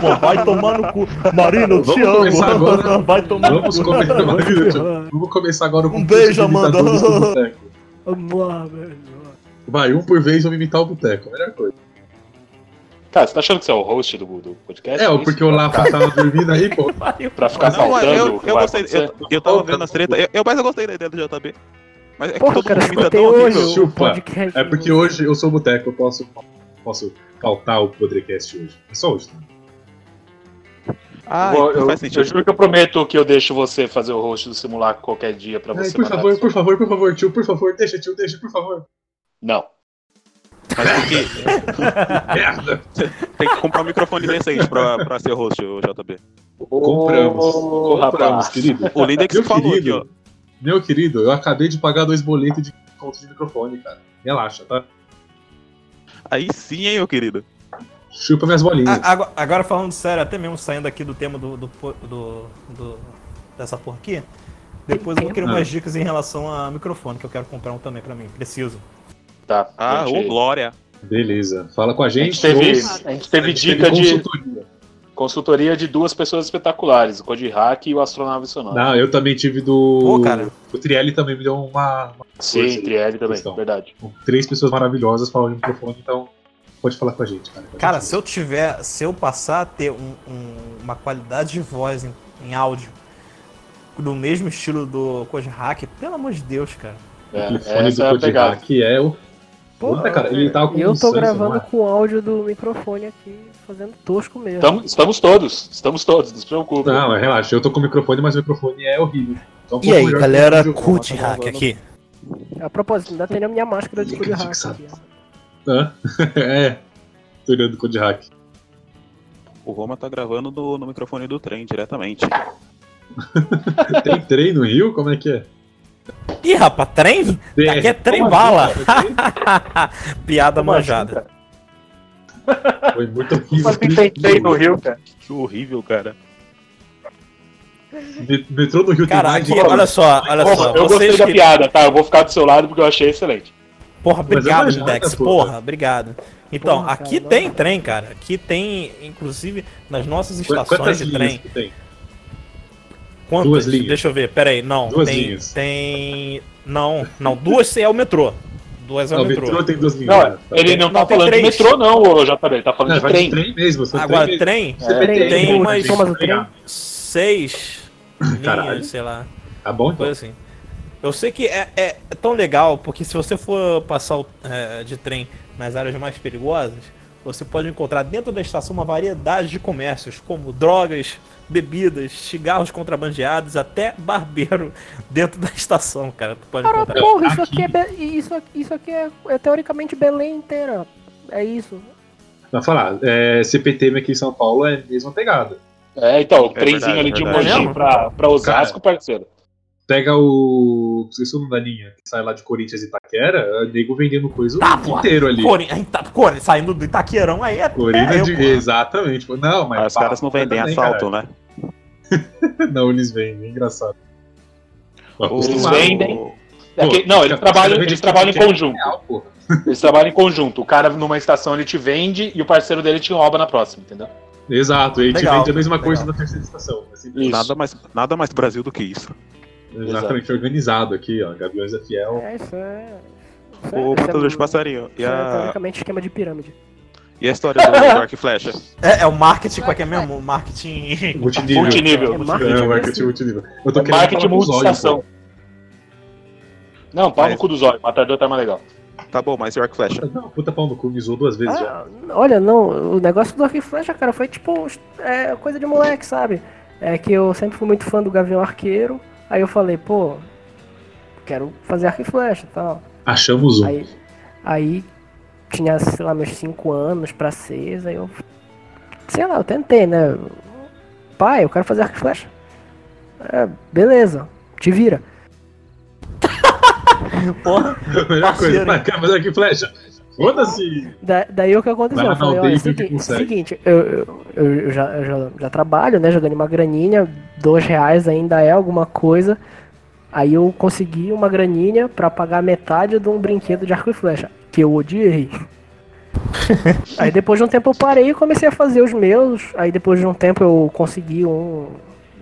C: Pô, vai tomar no cu. Marina, eu te
D: Vamos
C: (laughs)
D: começar
C: amo.
D: agora.
C: Vai tomar no
D: Vamos
C: cu.
D: começar
C: (laughs)
D: agora. Vamos começar agora com
C: Um beijo,
D: os
C: Amanda.
D: imitadores do boteco.
G: amor, velho.
D: Vai, um por vez eu vou imitar o boteco. Melhor coisa.
E: Cara, você tá achando que você é o host do, do podcast?
D: É,
E: isso?
D: porque o Lapa tava dormindo aí, pô.
E: Pra ficar
B: Não, mas
E: saltando.
B: eu,
E: Tá o que
B: eu
E: vai
B: gostei.
E: acontecer?
B: Eu, eu tava vendo as tretas. Eu, eu- mas eu gostei da ideia do JB. Mas é que
G: Porra,
B: todo
G: cara,
B: mundo imita
G: escutei
B: tão
G: hoje
B: horrível.
G: o
D: Chupa.
G: podcast.
D: É porque hoje eu sou o boteco, eu posso, posso pautar o podcast hoje. É só hoje. Né?
B: Ah,
E: Vou-
B: não
E: eu,
B: faz
E: eu
B: sentido.
E: juro que eu prometo que eu deixo você fazer o host do simulacro qualquer dia pra
D: Ai,
E: você.
D: por
E: mandar
D: favor,
E: sua-
D: por favor, por favor, tio, por favor, deixa, tio, deixa, por favor.
E: Não.
B: Mas tem que,
D: Merda!
B: tem que comprar um microfone decente pra, pra ser host, o JB.
D: Compramos.
E: Ô,
D: Compramos,
E: rapaz.
D: querido.
B: O lindo é que
D: Meu
B: você falou aqui,
D: querido.
B: ó.
D: Meu querido, eu acabei de pagar dois boletos de conto de microfone, cara. Relaxa, tá?
B: Aí sim, hein, meu querido.
D: Chupa minhas bolinhas.
C: A- Agora, agora falando sério, até mesmo saindo aqui do tema do, do, po- do- do- dessa porra aqui, depois eu vou querer
D: Ah.
C: umas dicas em relação a microfone, que eu quero comprar um também pra mim, preciso.
E: Tá.
B: Ah,
E: a
B: ô
E: gente,
B: Glória.
D: Beleza. Fala com a
E: a
D: gente.
E: gente teve,
D: ouça.
E: a gente teve
D: A gente
E: dica
D: teve
E: de
D: consultoria.
E: consultoria de duas pessoas espetaculares, o Code Hack e o Astronave Sonora.
D: Não, eu também tive do.
C: Pô, cara.
D: O Trielli também me deu uma. uma-
E: Sim,
D: Força.
E: entre ele também,
D: Questão.
E: verdade.
D: Três pessoas maravilhosas falando no microfone, então pode falar com a gente, cara.
C: Cara, se eu tiver, se eu passar a ter um- um- uma qualidade de voz em, em áudio do mesmo estilo do Code Hack, pelo amor de Deus, cara.
E: É,
D: O fone
E: essa
D: do
E: é a
D: Code
E: pegada.
D: Hack é o.
G: Pô,
D: Puta, cara, ele tava com
G: Eu tô
D: insância,
G: gravando
D: não é?
G: com o áudio do microfone aqui, fazendo tosco mesmo.
E: Tamo- estamos todos, estamos todos, não se preocupe.
D: Não, mas relaxa, eu tô com o microfone, mas o microfone é horrível. Então, um pouco melhor que o do Giovanna, tá gravando.
G: A propósito, ainda tenho a minha máscara de
D: Liga
G: Curi
D: de
G: Hack
D: saco.
G: aqui.
D: Hã? (laughs) é, tô olhando o Code Hack.
B: O Roma tá gravando no, no microfone do trem diretamente.
D: Tem trem no Rio? Como é que é?
C: Ih, rapaz, trem? (laughs) Aqui é trem bala.
D: assim,
C: Piada
E: Como assim,
C: manjada.
E: cara?
D: Foi muito horrível.
E: Mas tem trem no Rio, cara.
B: Que horrível, cara.
D: Me- Metrô do Rio
C: Cara,
D: tem mais
C: aqui, é
D: de-
C: olha só, olha
E: Porra,
C: só.
E: eu gostei
C: Vocês
E: da
C: que-
E: piada, tá? Eu vou ficar do seu lado porque eu achei excelente.
C: Porra,
D: Mas é
C: obrigado,
D: mais nada,
C: Dex.
D: pô.
C: Porra, obrigado. Então,
G: Porra,
C: aqui
G: cara,
C: tem trem, cara. Aqui tem, inclusive, nas nossas
D: Qu-
C: estações
D: Quantas
C: de
D: linhas
C: trem.
D: que tem?
C: Quantas?
D: Duas linhas.
C: Deixa eu ver, pera aí. Não,
D: Duas
C: tem,
D: linhas.
C: tem. Não, não, duas é o metrô. Duas é
D: Ah,
C: o
D: o
C: metrô.
D: metrô tem duas linhas.
E: Não,
D: né? Tá
E: ele
D: bem.
E: não,
C: Não,
E: tá
C: tem
E: falando de
C: três.
E: metrô, não, ô, JB, ele tá falando
D: Não,
E: de
D: vai
E: trem.
D: de trem mesmo. só
C: Agora,
D: trem mesmo.
C: trem,
D: Você
E: É,
G: tem
C: tem
D: um monte
C: umas-
D: de
G: Thomas o
D: trem.
G: Trem.
C: seis
D: Caralho.
C: linhas, sei lá.
D: Tá bom,
C: Coisa
D: então.
C: assim. Eu sei que é, é- é tão legal, porque se você for passar o- é, de trem nas áreas mais perigosas, você pode encontrar dentro da estação uma variedade de comércios, como drogas, bebidas, cigarros contrabandeados, até barbeiro (laughs) dentro da estação, cara. Tu pode
G: Cara,
C: encontrar.
G: porra, isso
D: aqui-
G: aqui, é Be- isso, aqui- isso aqui é, é teoricamente Belém inteira. É isso.
D: Vai falar, é, CPTM aqui em São Paulo é a mesma pegada.
E: É, então, o
B: verdade, é
E: trenzinho ali de
B: verdade.
E: Mogi pra, pra Osasco, parceiro.
D: Pega o. Esqueci o nome da linha, que sai lá de Corinthians e Itaquera, é nego vendendo coisa o
C: Tá,
D: dia
C: porra.
D: inteiro ali.
C: Corin, aí tá- Corin- saindo do Itaquerão aí é.
D: Corinthians
C: é,
D: de...
C: eu-
D: (laughs) Exatamente. Não, mas.
E: É,
B: Ah, os caras não vendem
D: também,
B: assalto, né?
D: cara. (laughs) Não, eles vendem, é engraçado.
E: Eles
D: Acostumado.
E: vendem. É
D: Pô,
E: que- não, eles
D: cara,
E: trabalham,
D: cara,
E: eles
D: vende
E: trabalham em
D: tudo que é
E: conjunto.
D: real, porra.
E: Eles trabalham em conjunto. O cara numa estação ele te vende e o parceiro dele te rouba na próxima, entendeu?
D: Exato, e aí te
C: Legal,
D: vende a mesma coisa
C: legal.
D: da terceira estação. assim,
E: Isso.
B: Nada mais, nada mais Brasil do que isso.
D: exatamente organizado aqui, ó. Gaviões é fiel.
G: É, isso é. Isso
B: Ô,
G: isso
B: Matador de Passarinho, e
G: isso é
B: a,
G: teoricamente esquema de pirâmide.
B: e a história do Dark Flecha?
C: É, é o marketing, como é que é mesmo? O marketing. (laughs)
D: Multinível.
E: Multinível.
G: É
D: É,
G: marketing
D: o marketing
G: agressivo.
D: multinível. Eu tô querendo
E: Marketing
D: falar com os olhos,
E: multiestação. Não, pau no
B: Mas-
E: cu dos olhos. Matador tá mais legal.
B: Tá bom, mas e o Arco e Flecha?
D: pô. Não, puta pau no cu, me zoou duas vezes já.
G: Ah, olha, não, o negócio do arco e flecha, cara, foi tipo é, coisa de moleque, sabe? É que eu sempre fui muito fã do Gavião Arqueiro, aí eu falei, pô, quero fazer arco e flecha e tal.
D: Achamos um.
G: Aí, aí tinha, sei lá, meus 5 anos pra 6, aí eu. Sei lá, eu tentei, né? Pai, eu quero fazer arco e flecha. É, beleza, te vira.
C: Porra,
D: (laughs) Melhor coisa,
C: parceiro,
D: tá, quer fazer aqui flecha. Foda-se!
G: Da, daí é o que aconteceu?
D: Vai lá
G: Eu
D: na
G: falei,
D: aldeia
G: olha,
D: e vê o que
G: seguinte,
D: consegue.
G: seguinte, eu, eu, eu já, eu já, já trabalho, né? Já ganhei uma graninha, dois reais ainda é alguma coisa. Aí eu consegui uma graninha pra pagar metade de um brinquedo de arco e flecha, que eu odiei. aí depois de um tempo eu parei e comecei a fazer os meus. Aí depois de um tempo eu consegui um,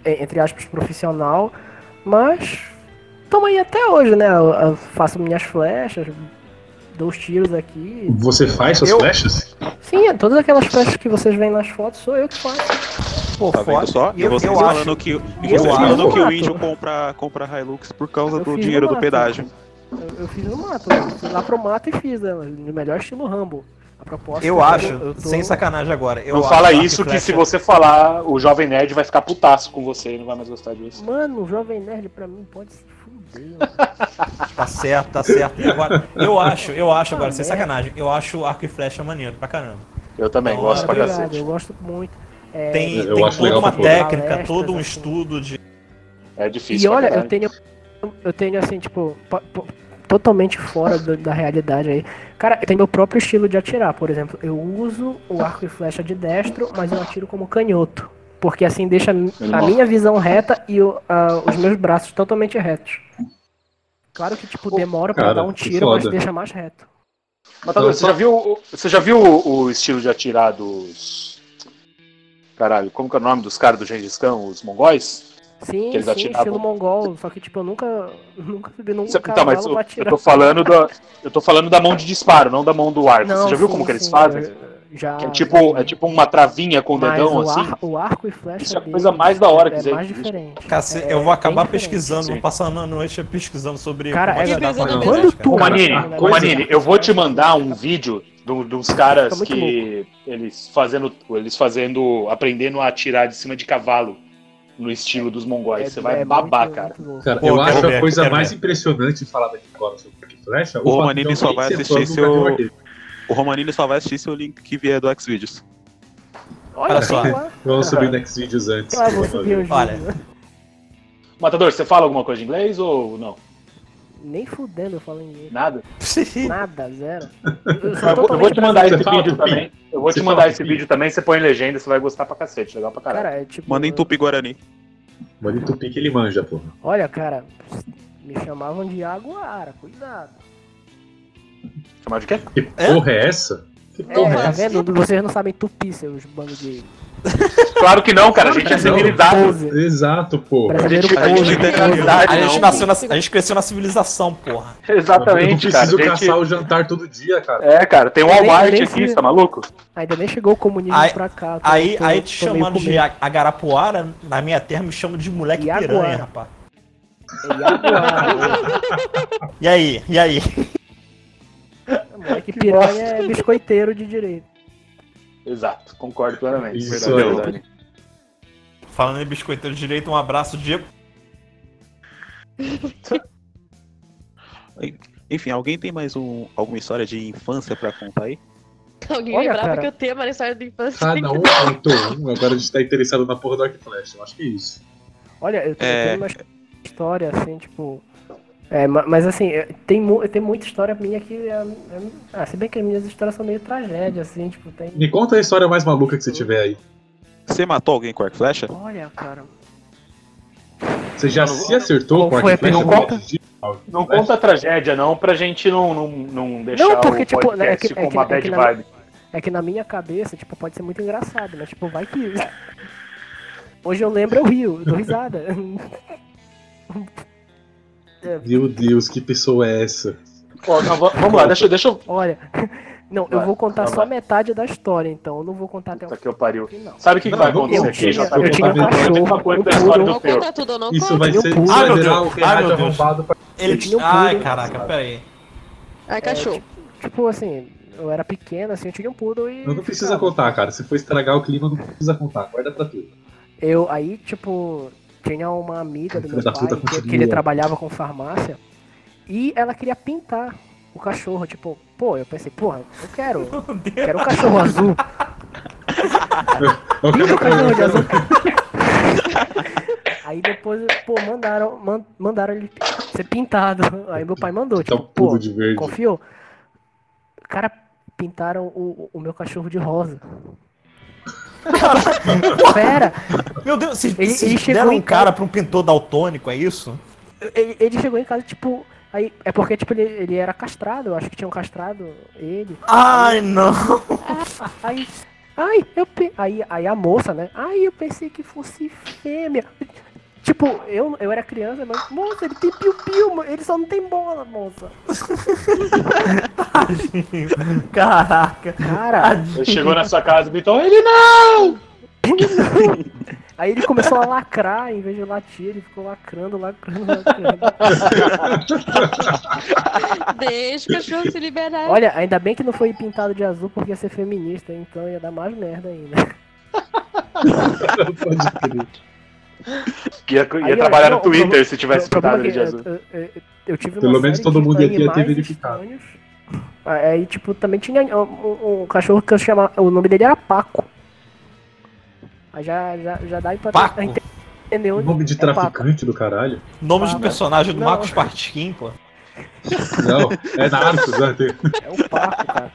G: e- entre aspas, profissional. Mas tamo aí até hoje, né? Eu, eu faço minhas flechas, dou os tiros aqui.
D: Você faz suas
C: Eu-
D: flechas?
G: Sim, é, todas aquelas flechas que vocês veem nas fotos sou eu que faço.
C: pô,
B: Tá vendo
C: foda.
B: só? E
C: Eu,
B: vocês
C: eu
B: falando
C: acho.
B: que, e
G: eu
B: vocês
C: acho.
B: falando que o
G: Mato.
B: índio compra, compra Hilux por causa
G: Eu
B: do
G: fiz
B: dinheiro
G: no
B: do
G: mato.
B: pedágio.
G: Eu, eu fiz no mato, eu fui lá pro mato e fiz ela, no melhor estilo Rambo. A proposta
C: Eu
G: é que
C: acho,
G: eu tô-
C: sem sacanagem agora. Eu
E: não
C: acho
E: fala
C: arco e
E: isso que
C: flecha-
E: se você falar, o jovem nerd vai ficar putaço com você e não vai mais gostar disso.
G: Mano, o Jovem Nerd pra mim pode se fuder.
C: Tá certo, tá certo. E agora, eu acho, eu acho agora,
G: Ah,
C: sem
G: merda.
C: sacanagem, eu acho arco e flecha maneiro pra caramba.
E: Eu também,
C: Não,
E: gosto pra
G: Obrigado,
E: cacete.
G: eu gosto muito. É,
C: Tem,
D: Eu
C: tem
D: acho
C: toda
D: legal
C: uma
D: pra porra.
C: técnica,
G: Palestras,
C: todo um
G: assim.
C: estudo de.
E: É
G: E
E: difícil. pra
G: olha, eu
E: caralho.
G: tenho. Eu tenho assim, tipo, po- po- totalmente fora do- da realidade aí. Cara, eu tenho meu próprio estilo de atirar, por exemplo. Eu uso o arco e flecha de destro, mas eu atiro como canhoto. Porque assim deixa a
E: Animal.
G: minha visão reta e o- a- os meus braços totalmente retos. Claro que, tipo, demora pra
D: cara,
G: dar um
D: que
G: tiro, mas
D: foda.
G: deixa mais reto.
E: Matador, tá você já viu, o- você já viu o, o estilo de atirar dos. Caralho, como que é o nome dos caras do Gengis Khan, os mongóis?
G: Sim,
E: Que eles
G: sim,
E: atiravam.
G: estilo mongol. Só que, tipo, eu nunca, (laughs) nunca subi num
E: Você- então, mas
G: cavalo
E: eu,
G: pra
E: eu
G: atirar.
E: tô falando da, eu tô falando da mão de disparo, não da mão do arco. você já viu
G: sim,
E: como que eles
G: sim,
E: fazem?
G: eu- Já,
E: É tipo, é tipo uma travinha com o
G: Mas
E: dedão,
G: o,
E: assim.
G: ar- o arco e flecha
E: Isso é a
G: dele
E: coisa mais da hora
G: é,
E: que
G: é
E: existe.
G: mais diferente.
C: Cace-
G: É,
C: eu vou
G: é
C: acabar
G: bem diferente.
C: pesquisando, vou
E: Sim.
C: passando a noite pesquisando sobre.
G: Cara,
C: como tá
G: é-
C: atirar com
F: Quando
C: arco e flecha, cara.
G: tu-
E: Ô,
G: Cara,
E: Manini,
G: a
E: ô,
G: coisa-
E: Manini, eu vou te mandar um vídeo do- de uns caras
G: Fica muito
E: que eles fazendo, eles fazendo, aprendendo a atirar de cima de cavalo no estilo dos mongóis. Você vai
G: é
E: babar,
G: muito-
E: cara.
G: muito louco.
D: Cara,
C: Pô,
D: eu
C: quero
D: acho
C: ver,
D: a coisa
C: quero
D: mais
C: ver.
D: impressionante falada aqui agora sobre arco e flecha.
B: O
D: fato
B: Manini
D: de
B: só
D: alguém
B: vai
D: ser
B: assistir
D: fã do
B: seu-
D: Gavião Arqueiro.
B: O Romanini só vai assistir se o link que vier do Xvideos.
G: Olha
C: Olha só.
G: só. Lá,
D: Vamos subir next videos antes.
G: lá vou subir um
C: Olha.
G: vídeo.
E: Matador, você fala alguma coisa em inglês ou não?
G: Nem fudendo eu falo inglês.
E: Nada?
G: Nada,
C: (laughs)
G: zero. Eu sou
E: Eu vou, eu vou
G: totalmente
E: te mandar
D: Você
E: esse
D: fala
E: vídeo
D: tupi?
E: também. Eu vou
D: Você
E: te
D: fala
E: mandar esse
D: tupi?
E: vídeo também, você põe legenda, você vai gostar pra cacete, legal pra caralho.
G: Cara, é tipo.
B: Manda em Tupi Guarani.
D: Manda em tupi que ele manja, porra.
G: Olha, cara, me chamavam de Aguara, cuidado.
E: Chamar de quê?
D: Que
C: É?
D: porra é essa? Que
G: É,
D: porra é,
G: tá
D: essa?
G: vendo? Vocês não sabem tupi, seus bandos de.
E: Claro que não, cara, a gente é
D: Não,
E: civilizado.
G: Pose.
D: Exato, porra.
G: Brasileiro
E: A gente- a
G: pose.
D: né?
E: gente tem
G: pose. (laughs)
C: A gente,
E: não.
C: nasceu na- a gente cresceu na civilização, porra.
D: eu não
E: Exatamente, cara.
D: preciso
E: a gente-
D: caçar o jantar todo dia, cara.
E: É, cara, tem um
G: Eu nem- eu
E: Walmart
G: nem
E: aqui,
G: fui-
E: tá maluco?
G: Ainda nem chegou o comunismo
C: Aí-
G: pra cá. tô-
C: Aí,
G: tô-
C: aí te
G: tô meio
C: chamando
G: com
C: de
G: medo.
C: a- agarapuara, na minha terra me chamam de moleque
G: E agora?
C: piranha, rapaz.
G: É Iaguara.
C: (laughs) E aí, e aí?
G: Moleque piranha é biscoiteiro de direito.
E: Exato, concordo plenamente.
D: Isso
E: Verdade,
D: é.
E: verdade.
C: Falando em biscoiteiro direito, um abraço, Diego.
B: Enfim, alguém tem mais um, alguma história de infância pra contar aí?
F: (laughs) Alguém
G: Olha,
F: lembrava
G: cara.
F: que o tema era história da infância.
D: Cada um contou um, agora a gente tá interessado na porra do arco e flecha. Eu acho que é isso.
G: Olha, eu tô
B: É.
G: tendo uma história assim, tipo. É, ma- mas assim, é, tem, mu- tem muita história minha que. é- é- ah, se bem que as minhas histórias são meio tragédia, assim, tipo, tem.
D: Me conta a história mais maluca que você tiver aí.
B: Você matou alguém com arco e
G: (laughs)
B: flecha?
G: Olha, cara.
D: Você já se acertou
G: Qual
D: com arco
G: foi a
D: e flecha?
G: pergunta?
D: todos os dias?
E: Não conta a tragédia, não, pra gente não, não, não deixar
G: Não, porque,
E: o
G: tipo,
E: podcast
G: né, é que-
E: com
G: é que-
E: uma
G: é
E: bad
G: que na-
E: vibe.
G: É que na minha cabeça, tipo, pode ser muito engraçado, mas tipo, vai que. (laughs) Hoje eu lembro, eu rio, eu dou risada. (laughs)
D: Meu Deus, que pessoa é essa?
E: Ó, não, va- vamos lá, deixa, deixa eu.
G: Olha. (laughs) Não, eu
E: Vai,
G: vou contar
E: vai,
G: só
E: vai.
G: metade da história, então. Eu não vou contar até o
E: Puta que eu pariu.
G: final.
E: Sabe o que, que vai
D: Não,
E: acontecer
G: eu
E: aqui,
G: tinha-
E: JP?
G: eu tinha um
E: Vou ter uma coisa da
G: cachorro,
E: história
G: eu
E: do
F: Não
E: teu.
F: conta tudo, eu não
D: Isso
F: conta.
D: vai
G: eu
D: ser.
G: pulo.
D: Isso
G: Ah,
C: Ai,
D: vai
C: meu
D: virar
C: Deus.
D: o
C: Ai,
D: Ferrari
C: meu Deus.
D: arrombado pra
C: Ele
G: Ele tinha um
C: tinha. Ai,
G: poodle.
C: caraca, peraí.
F: Ai, cachorro.
G: Tipo assim, eu era pequeno, assim, eu tinha um poodle e.
D: Não, não precisa
G: ficava.
D: contar, cara. Se for estragar o clima, não precisa contar. Guarda pra
G: (laughs)
D: tu.
G: Eu, aí, tipo, tinha uma amiga do meu
D: Filho da
G: pai,
D: puta,
G: que, que ele
D: continua.
G: trabalhava com farmácia, e ela queria pintar o cachorro, tipo, pô, eu pensei, porra, eu quero, quero um cachorro azul,
D: Eu
G: pinta
D: (laughs) quero- um
G: o cachorro
D: (laughs)
G: de azul. (laughs) Aí depois, pô, mandaram, man- mandaram ele ser pintado, aí meu pai
D: Tá
G: mandou, tipo,
D: um
G: pô,
D: pulo de verde.
G: confiou. Cara, pintaram o, o meu cachorro
D: (laughs)
G: de rosa. Pera,
C: Meu Deus, vocês,
G: Ele-
C: vocês
G: ele chegou
C: deram
G: em
C: um cara pra um pintor daltônico, é isso?
G: ele, ele chegou em casa, tipo. Aí, é porque, tipo, ele, ele era castrado, eu acho que tinham castrado ele.
C: Ai, não. (laughs)
G: Aí. Ai, eu pe... aí, aí a moça, né? Ai, eu pensei que fosse fêmea. Tipo, eu, eu era criança, mas. Moça, ele tem piu-piu, mo- ele só não tem bola, moça.
C: Caraca.
G: Cara,
E: Ele chegou na sua casa e gritou: Ele não!
G: aí ele começou a lacrar, em vez de latir, ele ficou lacrando, lacrando, lacrando.
F: Deixa o cachorro se liberar.
G: Olha, ainda bem que não foi pintado de azul porque ia ser feminista, então ia dar mais merda ainda.
D: Pode crer.
E: Ia,
G: Aí,
E: ia
G: olha,
E: trabalhar
G: não,
E: no
G: o problema-
E: Twitter se tivesse
G: o problema
E: pintado
G: é
E: ele
G: que
E: de azul.
G: Eu, eu- eu- eu tive uma
D: Pelo menos
G: série
D: todo
G: de
D: mundo aqui é ia ter
G: animais
D: verificado.
G: estranhos. Aí, tipo, também tinha um, um- um cachorro que eu chamava. O nome dele era Paco. Aí já, já, já dá pra
C: Paco?
G: pra entender onde.
D: Nome de
G: é Paco.
D: traficante do caralho?
C: Nome
G: Ah,
C: de personagem do
G: não.
C: Marcos Pasquim, pô.
D: Não, é Narcos, né? Tem-
G: É o Paco, cara.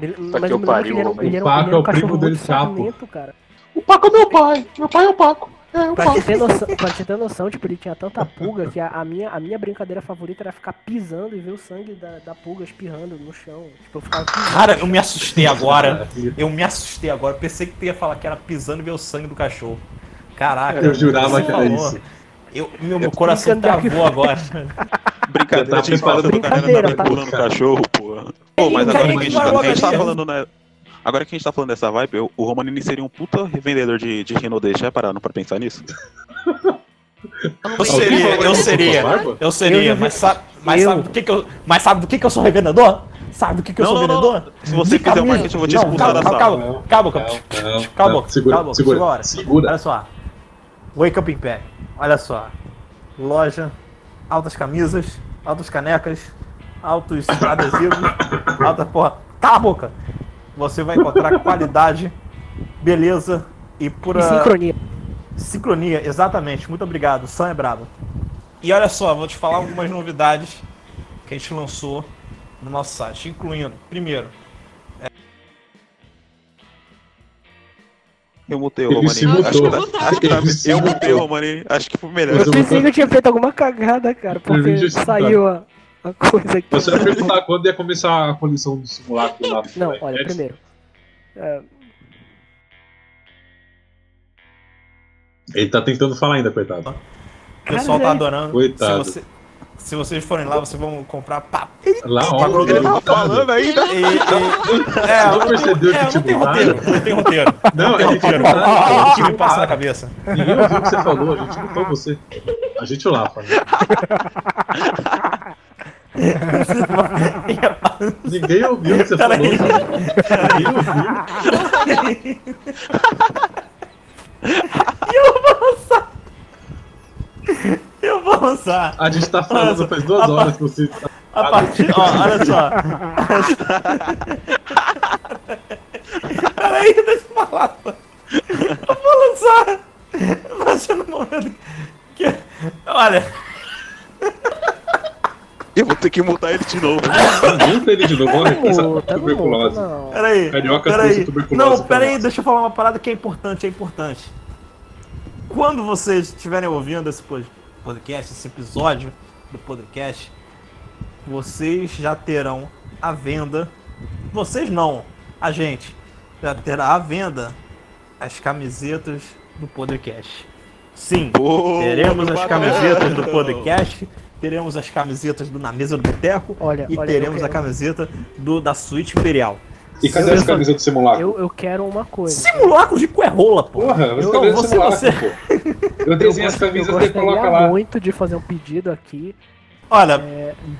G: Ele,
E: que
G: mas eu
E: eu
G: me lembro
E: pariu,
G: que ele era, um-
E: homem.
G: ele era um-
D: O Paco
G: ele era
D: é
G: um
D: o primo
G: cachorro
D: dele,
G: muito
D: Sapo.
G: sonolento, cara.
E: O Paco é meu pai. Meu pai é o Paco. É, o
G: Pra
E: Paco.
G: te, ter noção, pra te ter noção, tipo, ele tinha tanta pulga que a, a minha, a minha brincadeira favorita era ficar pisando e ver o sangue da, da pulga espirrando no chão. Tipo, eu ficava pisando.
C: Cara, eu me assustei agora. Eu me assustei agora. Eu Pensei que tu ia falar que era pisando e ver o sangue do cachorro. Caraca.
D: Eu jurava
C: você
D: que era
C: falou.
D: isso.
C: Eu, meu, meu coração
G: brincando.
C: travou agora.
B: Brincadeira, né?
D: Tá
B: a gente falando do cara
G: brincadeira, tá?
B: pulando o cachorro, porra. Pô, mas
C: Ele
B: agora
C: tá
B: que a gente,
C: igual
B: tá- a gente
C: a
B: tá
C: Maria.
B: falando, né? Agora que a gente tá falando dessa vibe, eu- o Romanini seria um puta revendedor de, de Renault Já pararam pra pensar nisso?
C: Eu seria, eu seria.
D: Barba?
C: Eu
G: Eu já
C: seria,
G: vi-
C: mas, sabe, mas
G: Eu-
C: sabe do que, que eu. Mas sabe do que, que eu sou revendedor? Sabe do que, que eu
B: Não,
C: sou
B: não, não.
C: vendedor?
B: Se você
C: De
B: fizer o
C: camisa.
B: marketing, eu vou te
C: Não,
B: expulsar da
C: calma,
B: sala.
C: calma, calma, calma, calma.
D: Não, não,
C: Calma,
D: não. Segura,
C: calma,
D: segura.
C: segura.
D: Segura.
C: Olha só. Wake Up Império. Olha só. Loja, altas camisas, altas canecas, altos adesivos,
B: (coughs)
C: alta porra. Cala a boca! Você vai encontrar qualidade, beleza e pura.
G: E sincronia.
C: Sincronia, exatamente. Muito obrigado. Sam é brabo. E olha só, vou te falar algumas novidades que a gente lançou no nosso site, incluindo, primeiro,
B: Eu mutei o
D: Ele
B: Romanini.
D: se
B: Acho que,
D: mutou.
B: tá- acho que tá-
D: Ele se
B: eu mutei o
D: mutou.
B: Romanini. Acho que foi melhor.
G: Eu pensei que eu tinha feito alguma cagada, cara,
D: Eu vi
G: porque
D: justiça.
G: saiu a, a coisa aqui.
D: Eu só ia perguntar quando ia começar a coleção do simulacro lá.
G: Não, olha,
D: É,
G: primeiro. é,
D: Ele tá tentando falar ainda, coitado.
C: o pessoal tá
G: Caralho.
C: adorando.
D: Coitado.
C: Se, você- se vocês forem lá, vocês vão comprar papo.
D: Lá,
C: Tá
D: ó,
C: programa
D: coitado.
B: ainda.
C: E- e- é,
D: Não percebeu
C: é,
D: que,
C: não
D: tipo,
C: tem roteiro,
D: nada?
C: não tem roteiro.
D: Não, é que tipo,
C: O que
D: nada,
C: me passa na cabeça.
D: ninguém ouviu o que você falou, a gente não foi você. A gente o Lapa, né? Ninguém ouviu o que você falou.
C: Peraí.
D: cara. Ninguém ouviu.
C: Eu vou lançar.
D: A gente tá falando faz duas horas que você tá
C: A partir. Ó, olha só. Peraí, deixa eu falar. pô. Eu vou lançar. Vai ser no momento que. Olha,
B: Eu vou ter que mutar ele de novo.
D: Multa ele de novo, olha
G: Não
D: essa
G: multa, não multa,
D: tuberculose.
G: não.
C: peraí.
D: Carioca trouxe
C: peraí.
D: tuberculose tá
C: Não,
D: pra
C: peraí,
D: nós.
C: deixa eu falar uma parada que é importante, é importante. Quando vocês estiverem ouvindo esse pod- podcast, esse episódio do podcast, vocês já terão à venda. Vocês não. a gente já terá à venda as camisetas do podcast. Sim,
B: Boa,
C: teremos as
B: Barão.
C: camisetas do podcast, teremos as camisetas do Na Mesa do Boteco
G: Olha,
C: e
G: olha,
C: teremos
G: eu
C: a
G: quero,
C: camiseta do da Suíte Imperial.
D: E cadê as camisas do simulacro?
G: eu, eu quero uma coisa.
C: Simulacro de cuerrola, pô!
D: Porra, você
C: Eu-
D: cadê
C: não,
D: o
C: você-
D: simulacro,
G: (laughs)
C: você-
D: pô? Eu desenho as camisas
G: eu
D: e você coloca lá.
G: gostaria muito de fazer um pedido aqui.
C: Olha,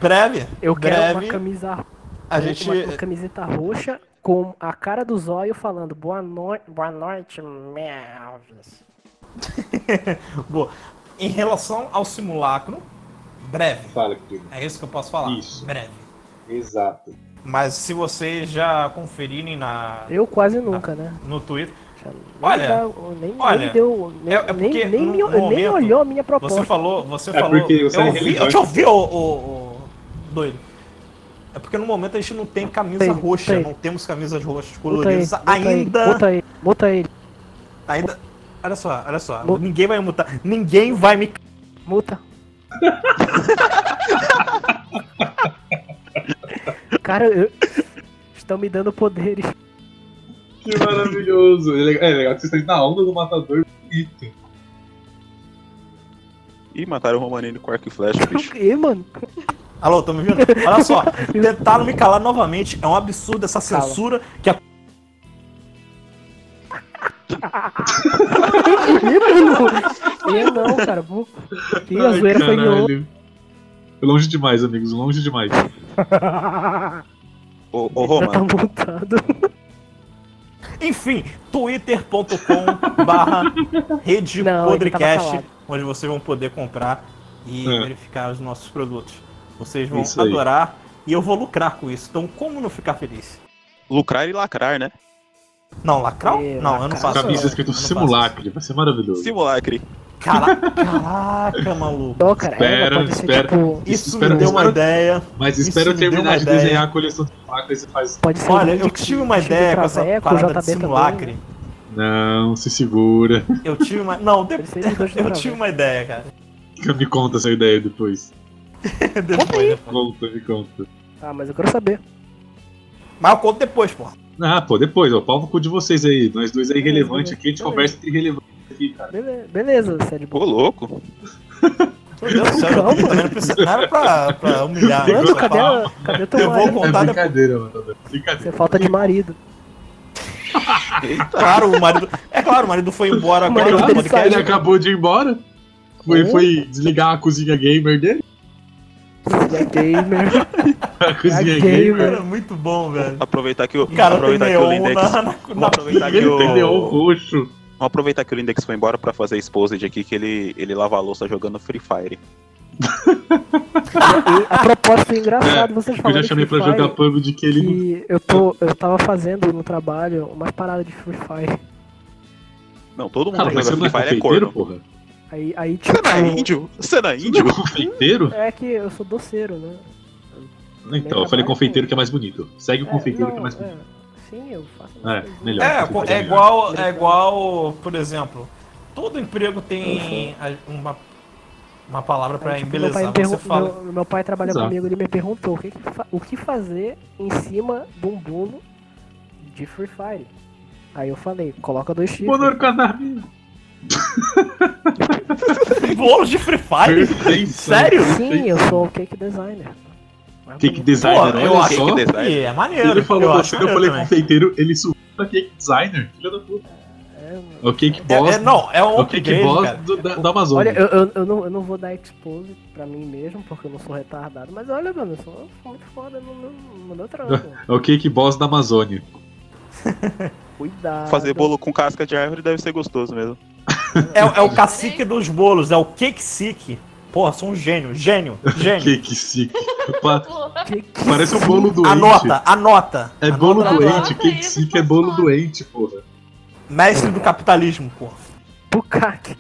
C: breve,
G: É, Eu quero
C: breve,
G: uma camisa
C: a
G: uma-
C: gente...
G: uma, camiseta roxa com a cara do zóio falando boa noite, boa noite, Melvis.
C: Boa. Em relação ao simulacro, breve.
D: Fala, querido.
C: É isso que eu posso falar.
D: Isso.
C: Breve.
D: Exato.
C: Mas se vocês já conferirem na,
G: Eu quase nunca, né?
C: no Twitter,
G: Já nem
C: Olha,
G: dá- nem, nem
C: olha,
G: me deu, nem,
C: é- é
G: nem-
C: porque
G: nem
C: no-
G: me-
C: no
G: nem
C: momento,
G: olhou a minha proposta.
C: você falou. Você
D: É
C: falou.
D: porque você
C: eu,
D: é
C: ouvi, eu
D: relevante.
C: te ouvi, ô, ô, ô, doido. É porque no momento a gente não tem camisa
G: Tem,
C: roxa,
G: tem.
C: não temos camisas roxas
G: Bota ele,
C: coloridas
G: bota ele,
C: ainda.
G: Bota ele, bota ele,
C: Ainda. Olha só, olha só.
G: Bo-
C: Ninguém vai mutar. Ninguém vai me. (laughs)
G: multa. Cara, eu... estão me dando poderes.
D: Que maravilhoso. É legal, é legal que vocês estão na onda do matador. Bonito.
B: Ih, mataram o Romanini com arco e flecha, bicho.
G: E, mano,
C: Alô, tá me ouvindo? Olha
G: (laughs)
C: só. Tentaram me calar novamente. É um absurdo essa
G: Cala.
C: censura que a
G: eu não, eu não, cara. vou- Ih, a
D: Ai,
G: zoeira foi de ontem.
D: Longe demais, amigos. Longe demais.
B: Ô, ô
G: Já tá
B: Roma,
G: montado.
C: Enfim, twitter.com barra rede
G: Não, ele tava
C: podcast,
G: calado.
C: onde vocês vão poder comprar e
D: É.
C: verificar os nossos produtos. Vocês vão
D: Isso aí.
C: adorar e eu vou lucrar com isso. Então, como não ficar feliz?
B: lucrar e lacrar, né?
C: Não, lacrão?
G: É,
C: não, eu não
G: lacrar.
C: faço.
D: Camisa
C: não,
D: escrito
C: eu não faço.
D: simulacro. Vai ser maravilhoso.
B: Simulacre.
C: Cala- Caraca, maluco.
G: Não, cara,
D: Espera,
G: ela pode ser
D: espera.
G: tipo.
C: Isso
D: Espera-
C: me deu uma
D: espera-
C: ideia.
D: Mas
C: Isso
D: espera eu
C: me deu uma
D: terminar de
C: ideia.
D: desenhar a coleção de simulacro e você faz.
G: Pode ser
C: Olha,
G: um
C: eu
G: vídeo
C: tive uma
G: de
C: ideia com essa
G: traveco,
C: parada de
G: JB também.
C: simulacre.
D: Não, se segura. (laughs)
C: Eu tive uma. Não, de-
G: Ele fez os dois de
C: eu
G: traveco.
C: tive uma ideia, cara.
D: Me conta essa ideia depois.
C: Depois, depois.
D: Conta, me conta.
G: Ah, mas eu quero saber.
C: Mas eu conto depois, pô.
D: Ah, pô, depois, ó. Pau no cu de vocês aí. Nós dois é irrelevante
G: beleza,
D: aqui, a gente
G: beleza.
D: conversa entre irrelevante aqui, cara.
G: Bele- Beleza, você é de boa.
B: Ô, louco.
C: Meu Deus do céu, eu
G: Calma.
C: também não precisa. Não era pra, pra humilhar. né?
G: Mano,
C: Só
G: cadê,
C: falar.
G: a, cadê teu
C: Eu vou
G: marido?
C: contar
D: é
C: depois.
D: brincadeira, mano. Brincadeira.
G: Você é falta de marido.
B: Eita.
C: Claro, o marido. É claro, o marido foi embora
G: O
C: agora
G: marido
C: do
G: dele
D: Ele
C: podcast.
D: acabou de ir embora. Foi, foi desligar a cozinha gamer dele.
G: Ele é gamer.
D: A cozinha
G: É
D: gamer.
G: gamer.
C: Era muito bom, velho.
B: Aproveitar que o,
C: O cara tem
B: aproveitar que o
C: neon né?
B: Lindex.
C: na, na,
B: Vamos
C: na...
B: aproveitar que
D: Ele tem neon
B: o.
D: roxo.
B: Vamos aproveitar que o Lindex foi embora pra fazer exposed aqui, que ele, ele lava a louça jogando Free Fire.
G: E a propósito, engraçado, vocês
D: Eu
G: falaram
D: já chamei
G: de Free
D: pra
G: Fire
D: jogar pub de que ele não
G: que eu, tô, eu tava fazendo no trabalho umas paradas de Free Fire.
B: Não, todo mundo
D: Cara,
B: que
D: mas
B: joga
D: você não
B: Free
D: é
B: Fire é
D: confeiteiro,
B: corno.
D: porra?
G: Aí, aí tipo...
B: Você não é índio? Você não é
D: Você
B: índio?
D: não é confeiteiro?
G: É que eu sou doceiro, né?
D: Então, eu falei confeiteiro que é mais bonito. Segue o
G: É,
D: confeiteiro
G: não,
D: que é mais bonito.
G: é, Sim, eu faço...
D: É,
G: umas
D: melhor.
C: É,
D: Fica
C: pô, é
D: melhor.
C: igual, é igual, por exemplo, todo emprego tem a- uma, uma palavra pra
G: Aí, tipo, meu, pai
C: embelezar.
G: me pergun-
C: Você fala.
G: meu- meu pai trabalha
D: Exato.
G: comigo, ele me perguntou o que, que fa- o que fazer em cima de um bolo de Free Fire. Aí eu falei, coloca dois chifres.
D: Bonor Canarmina.
C: Bolo de Free Fire?
D: Perfeição.
C: Sério?
G: Sim, eu sou o cake designer. Mas
D: Cake
G: bonito.
D: designer,
C: Pô,
D: olha
C: eu acho
D: só.
B: que desse-
C: E é maneiro.
D: Ele falou
C: eu
D: eu
C: acho
D: eu
C: maneiro
D: falei
C: também.
D: confeiteiro, ele subiu pra cake designer. Filha da puta.
G: É,
D: É o cake
C: É,
D: boss.
C: é, não, é
D: é
C: um
D: o cake
C: upgrade,
D: boss
C: cara.
D: do- da, da Amazônia.
G: Olha, eu, eu, eu não, eu não vou dar expose pra mim mesmo, porque eu não sou retardado, mas olha, mano, eu sou, eu sou muito foda no, no, no meu trampo.
D: É o cake boss da Amazônia.
G: Cuidado.
B: Fazer bolo com casca de árvore deve ser gostoso mesmo.
C: É, é o cacique dos bolos, é o Cake Sick. Porra, sou um gênio, gênio, gênio.
D: Cake sick. Pa-
G: Que- que-
D: (laughs) Parece um bolo
C: (laughs)
D: doente.
C: Anota, anota.
D: É bolo
C: Anota.
D: doente. Cake
F: isso,
D: sick é
F: por
D: bolo
F: favor.
D: doente, porra. (laughs)
C: Mestre do capitalismo, porra.
G: (laughs) Bucaque.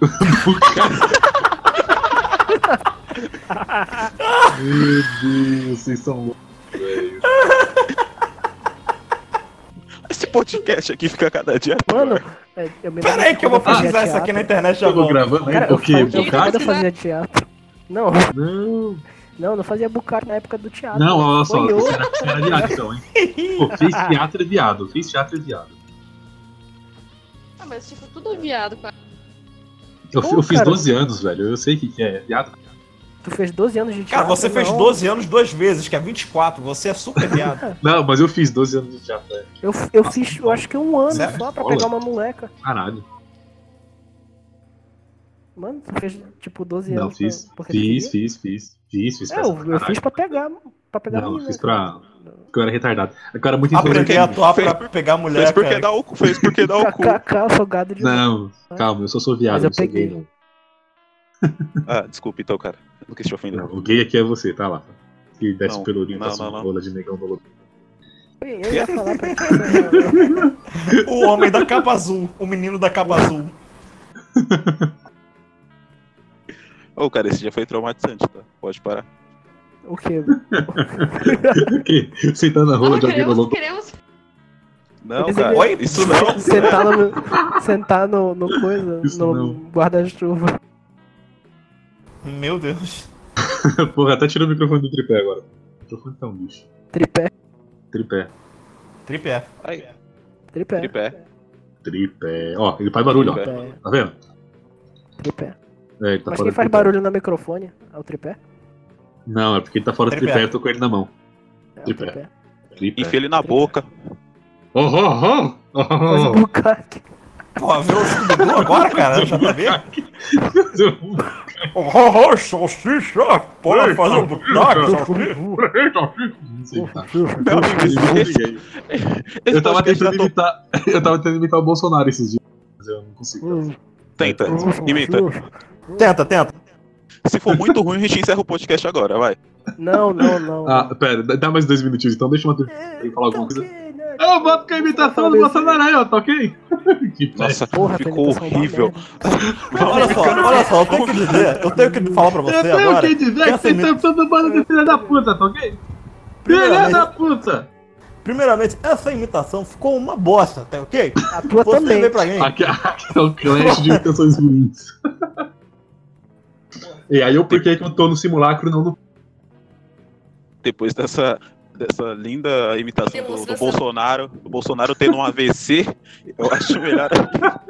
C: (laughs)
D: Meu Deus, vocês são loucos. velho.
B: Esse podcast aqui fica cada dia.
G: Mano, é, eu me lembro
C: Pera aí que eu vou
G: quando fazia
C: pesquisar isso aqui né?
G: teatro.
C: na internet
D: Eu vou
C: agora.
D: gravando aí
G: Cara, eu,
D: porque o
G: fazia, eu, quando
D: cara.
G: eu fazia teatro. Não,
D: Não.
G: (laughs) Não, não fazia bucar na época do teatro.
D: Não,
G: né?
D: olha só,
G: Foi
D: você
G: outro.
D: era, você era viado então, hein? Pô, fez teatro é viado, fez teatro é viado.
F: Ah, mas tipo, tudo viado. cara.
D: Eu,
G: Pô,
D: eu fiz
G: cara.
D: 12 anos, velho, eu sei o que, que é, é viado.
G: Tu fez 12 anos de teatro.
C: Cara, você fez
G: não.
C: 12 anos duas vezes, que é 24. Você é super viado.
D: Não, mas eu fiz 12 anos de teatro, é.
G: Eu, eu fiz, eu acho que um ano
C: Zero
G: só pra
D: bola.
G: pegar uma moleca.
D: Caralho.
G: Mano, tu fez tipo 12 anos.
D: Não,
G: pra-
D: fiz,
G: porque tu
D: fiz,
G: queria?
D: fiz, fiz, fiz, fiz.
G: É, eu, eu fiz pra pegar. Pra pegar
D: Não, eu
G: menina.
D: fiz pra... Porque eu era retardado. Porque eu era
B: Ah,
D: muito
C: Aprender a
D: introvertido.
C: atuar
B: Fez-
C: pra pegar
B: Fez
C: mulher,
B: porque
C: né, cara.
B: dá o cu. Fez porque dá o
C: (laughs)
B: cu.
G: KKK, eu sou gado de.
D: Não, calma, eu só sou viado,
G: Mas eu
D: não sou gay,
G: peguei.
D: não.
B: Ah, desculpa então, cara. Eu Não quis te ofender.
D: Não, O gay aqui é você, tá lá. Que desce
B: Não,
D: pelo
B: não,
D: orientação
B: não, não.
D: rola de negão (laughs) do lobo. (laughs)
G: Eu ia falar pra ti.
C: O homem da capa azul. O menino da capa azul.
B: Ô, cara, esse dia foi traumatizante, tá? Pode parar.
G: O quê?
D: Ok, Sentar tá na rola
F: Ah,
D: de alguém do
F: queremos,
D: lobo.
F: queremos.
B: Não,
G: Eles-
B: cara.
C: Oi?
B: Isso não.
G: Sentar no, sentar no, no coisa,
D: Isso
G: no guarda-chuva.
C: Meu Deus.
D: (laughs) Porra, até tirou o microfone do tripé agora. O microfone tá um bicho.
G: Tripé,
D: Tripé.
C: Tripé.
B: Aí,
C: É.
G: tripé.
B: tripé.
D: Tripé. Ó, ele faz barulho, ó.
B: Tripé.
G: Tripé,
D: Tá vendo?
G: tripé.
D: É, ele tá fora
G: Mas quem
D: do
G: faz
D: tripé.
G: barulho no microfone é o tripé?
D: Não, é porque ele tá fora do
C: Tripé.
D: tripé, eu tô com ele na mão.
G: É o
D: Tripé.
G: tripé.
B: É. Enfia
D: Tripé.
B: ele na
G: Tripé.
B: boca.
D: Oh, oh, oh!
G: Faz
D: Oh, oh,
G: bucaque.
C: Pô, viu o Scooby-Doo agora, cara? Já tá vendo?
D: oh.
C: Oh, oh, salsicha! Pode fazer um bucaque, salsicha!
D: Não sei, tá.
B: Meu amigo,
D: Eu me
B: esse-
D: liguei.
B: esse
D: Eu tava
B: podcast já
D: tentando
B: tô-
D: imitar. (laughs) Eu tava tentando imitar o Bolsonaro esses dias, mas eu não consigo.
G: Hum.
C: É.
B: Tenta. Imita.
C: Tenta, tenta.
B: Se for muito ruim, a gente encerra o podcast agora, vai.
G: Não, não, não. então,
D: Ah, pera, dá- dá mais dois minutinhos, então deixa eu matar. Tem que falar alguma coisa?
G: coisa?
D: Eu boto com a imitação do Bolsonaro aí, ó, tá ok? (laughs) Que merda.
B: Nossa,
G: assim, Porra, tua
B: ficou
G: imitação é uma
B: horrível.
C: Olha só, olha só, eu tenho que dizer, eu tenho que falar pra
D: Eu
C: você
D: tenho
C: agora.
D: que dizer que
C: essa
D: vocês
C: imita-
D: estão todo bando de filha da puta, tá ok? Filha
C: Primeiramente-
D: da puta!
C: Primeiramente, essa imitação ficou uma bosta, tá ok?
G: A tua
C: Você
G: também.
C: vem pra mim.
D: Aqui, aqui é o clash de imitações ruins. E aí eu por que que eu tô no simulacro e não no.
B: Depois dessa, dessa linda imitação do, do
F: Demonstração.
B: Bolsonaro, o Bolsonaro tendo um AVC, eu acho melhor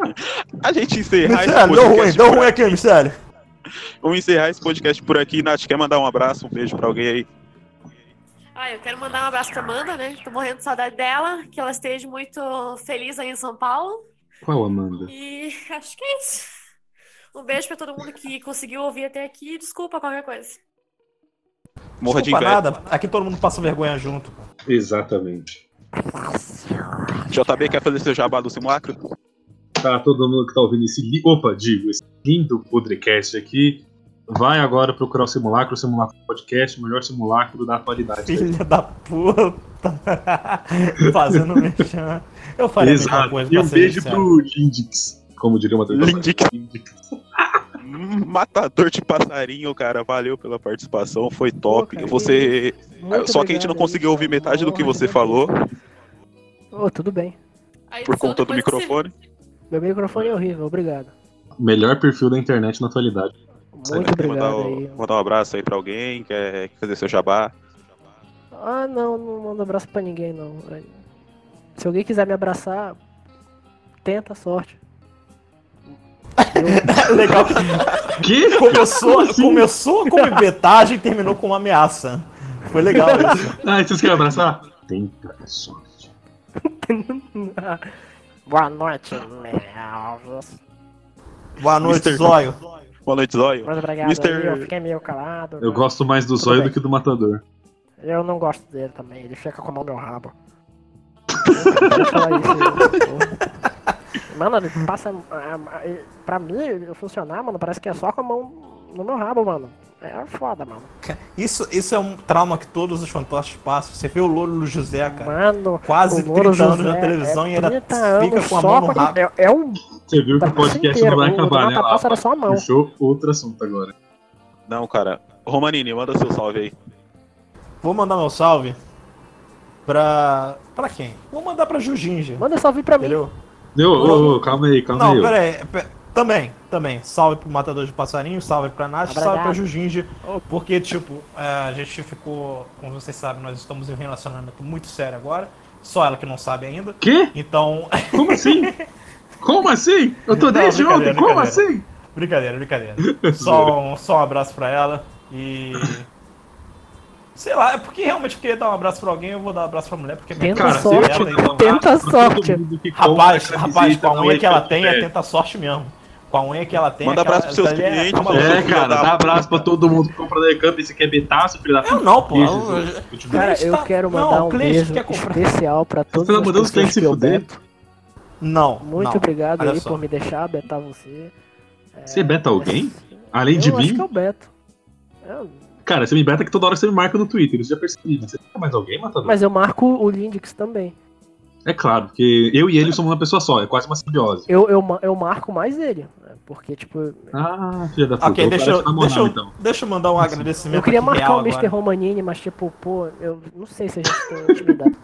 B: (laughs) a gente encerrar esse
C: Michele, é, deu ruim,
B: podcast.
C: deu ruim aqui, Michele.
B: Vamos encerrar esse podcast por aqui. Nath, quer mandar um abraço, um beijo pra alguém aí?
J: Ah, eu quero mandar um abraço pra Amanda, né? Tô morrendo de saudade dela, que ela esteja muito feliz aí em São Paulo.
D: Qual, Amanda?
J: E acho que é isso. Um beijo pra todo mundo que conseguiu ouvir até aqui. Desculpa qualquer coisa.
B: Morra de
C: Desculpa
B: inveja.
C: nada, aqui todo mundo passa vergonha junto.
D: Exatamente.
B: JB quer fazer seu jabá do simulacro?
D: Tá, todo mundo que tá ouvindo esse. li- Opa, digo, esse lindo podcast aqui. Vai agora procurar o simulacro, o simulacro podcast, o melhor simulacro da atualidade.
C: Filha da puta. (laughs) Fazendo mexer. Eu faria a mesma
D: Exato.
C: coisa
D: E
C: pra
D: um
C: ser
D: beijo
C: sincero.
D: pro Lindix, como diria o Matheus.
B: Lindix.
D: Tavares. Lindix.
B: Hum, Matador de passarinho, cara. Valeu pela participação, foi top.
G: cara,
B: você. Ah,
G: Muito
B: Só que a gente não
G: obrigado,
B: conseguiu ouvir metade do que você falou
G: Ô, tudo bem.
J: Aí,
B: por
J: só
B: conta do
J: depois você-
B: microfone.
G: Meu microfone é horrível, obrigado.
D: Melhor perfil da internet na atualidade.
G: Muito
B: Quer mandar,
G: obrigado
B: um-
G: aí.
B: mandar um abraço aí pra alguém, quer fazer seu jabá.
G: Ah, não, não mando abraço pra ninguém, não. Se alguém quiser me abraçar, tenta a sorte. (laughs) Eu-
C: É Legal.
D: (laughs) Que?
C: Começou,
D: Assim?
C: começou com liberdade e terminou com uma ameaça. Foi
D: (laughs)
C: legal isso.
D: Ah, vocês querem abraçar? Tenta a sorte.
I: Boa noite, meus.
C: Boa noite,
B: Mister-
C: Zóio.
B: Boa noite, Zóio.
I: Muito obrigado.
B: Mister-
I: aí, Eu fiquei meio calado.
G: né?
D: Eu
I: mas
D: gosto mais do
I: Tudo
D: zóio
I: bem.
D: do que do matador.
I: Eu não gosto dele também. Ele fica com a mão no meu rabo. (laughs) Eu não vou falar isso, eu- Mano, ele passa. a- a- e- Pra mim, funcionar, mano, parece que é só com a mão no meu rabo, mano. É foda, mano.
C: Isso, isso é um trauma que todos os fantoches passam. Você vê o Lolo José, cara.
I: Mano,
C: Quase
I: o Louro
C: 30 anos
I: José
C: na televisão
I: é
C: e ainda
I: 30 anos
C: fica com a
I: só
C: mão no
I: com-
C: rabo.
I: É, é um.
D: Você viu que
I: Tá
D: o podcast não vai acabar, né?
I: Mata era só a mão.
D: Puxou outro assunto agora.
B: Não, cara. Romanini, manda seu salve aí.
C: Vou mandar meu salve pra. pra quem? Vou mandar pra Jujinja. é um
I: Manda só vir pra mim.
C: Entendeu?
D: Ô, ô, ô, calma aí, calma
C: Não,
D: aí.
C: pera aí. pe- Também, também. Salve pro Matador de Passarinhos, salve pra Nath,
G: Abraçado.
C: salve pra Jujinji. Porque, tipo, é, a gente ficou, como vocês sabem, nós estamos em um relacionamento muito sério agora. Só ela que não sabe ainda.
D: Quê?
C: Então, (laughs)
D: Como assim? Como assim? Eu tô
C: Não,
D: desde
C: brincadeira,
D: ontem, como
C: brincadeira.
D: assim?
C: brincadeira, brincadeira. Só um, só um abraço pra ela e. Sei lá, é porque realmente eu queria dar um abraço pra alguém, eu vou dar um abraço pra mulher, porque
G: Tenta
C: cara,
G: sorte,
C: ela, então-
G: tenta
D: pra todo
G: sorte.
D: mundo que compra
C: Rapaz,
D: essa
C: rapaz,
D: visita
C: com a
D: na
C: unha que ela
D: Wayfair
C: tem, é
D: Fair.
C: tenta sorte mesmo. Com a unha que ela tem.
B: Manda
C: aquela-
B: abraço pros seus
C: essa aí é-
B: clientes,
C: tá maluco,
D: É,
B: Filho da
D: cara, dá
B: puta.
D: abraço pra todo mundo que compra da Camp e se quer betar, seu filho da
C: Eu não, pô.
D: Isso, né?
C: eu-
D: isso. Continua.
G: Cara,
C: Cleiton
G: eu
C: tá-
G: quero
C: não,
G: mandar um
C: o Cleiton
G: beijo
C: quer comprar.
G: especial pra todos
D: Você tá mandando os
G: os
D: clientes
G: clientes
D: se
G: que eu
D: fuder?
G: beto.
C: Não.
G: Muito
C: não.
G: obrigado
C: Olha
G: aí
C: só.
G: por me deixar betar você.
D: Você
I: É,
D: beta alguém?
G: Mas-
D: Além
G: eu
D: de
G: acho
D: mim?
G: que eu beto. Eu-
D: Cara, você me beta que toda hora você me marca no Twitter, isso eu já percebi. né? Você tem mais alguém, Matador?
G: Mas eu marco o Lindix também.
D: É claro, porque eu e ele somos uma pessoa só, é quase uma simbiose.
G: Eu, eu, ma- eu marco mais ele. né? Porque, tipo, eu
D: Ah, filha da puta.
C: Ok,
D: vou
C: deixa
D: parar
C: eu,
D: de namorar,
C: deixa, eu,
D: então.
C: deixa eu mandar um agradecimento.
G: queria
C: aqui
G: marcar
C: real
G: o Mr.
C: agora.
G: Romanini, mas, tipo, pô, eu não sei se a gente tem intimidade.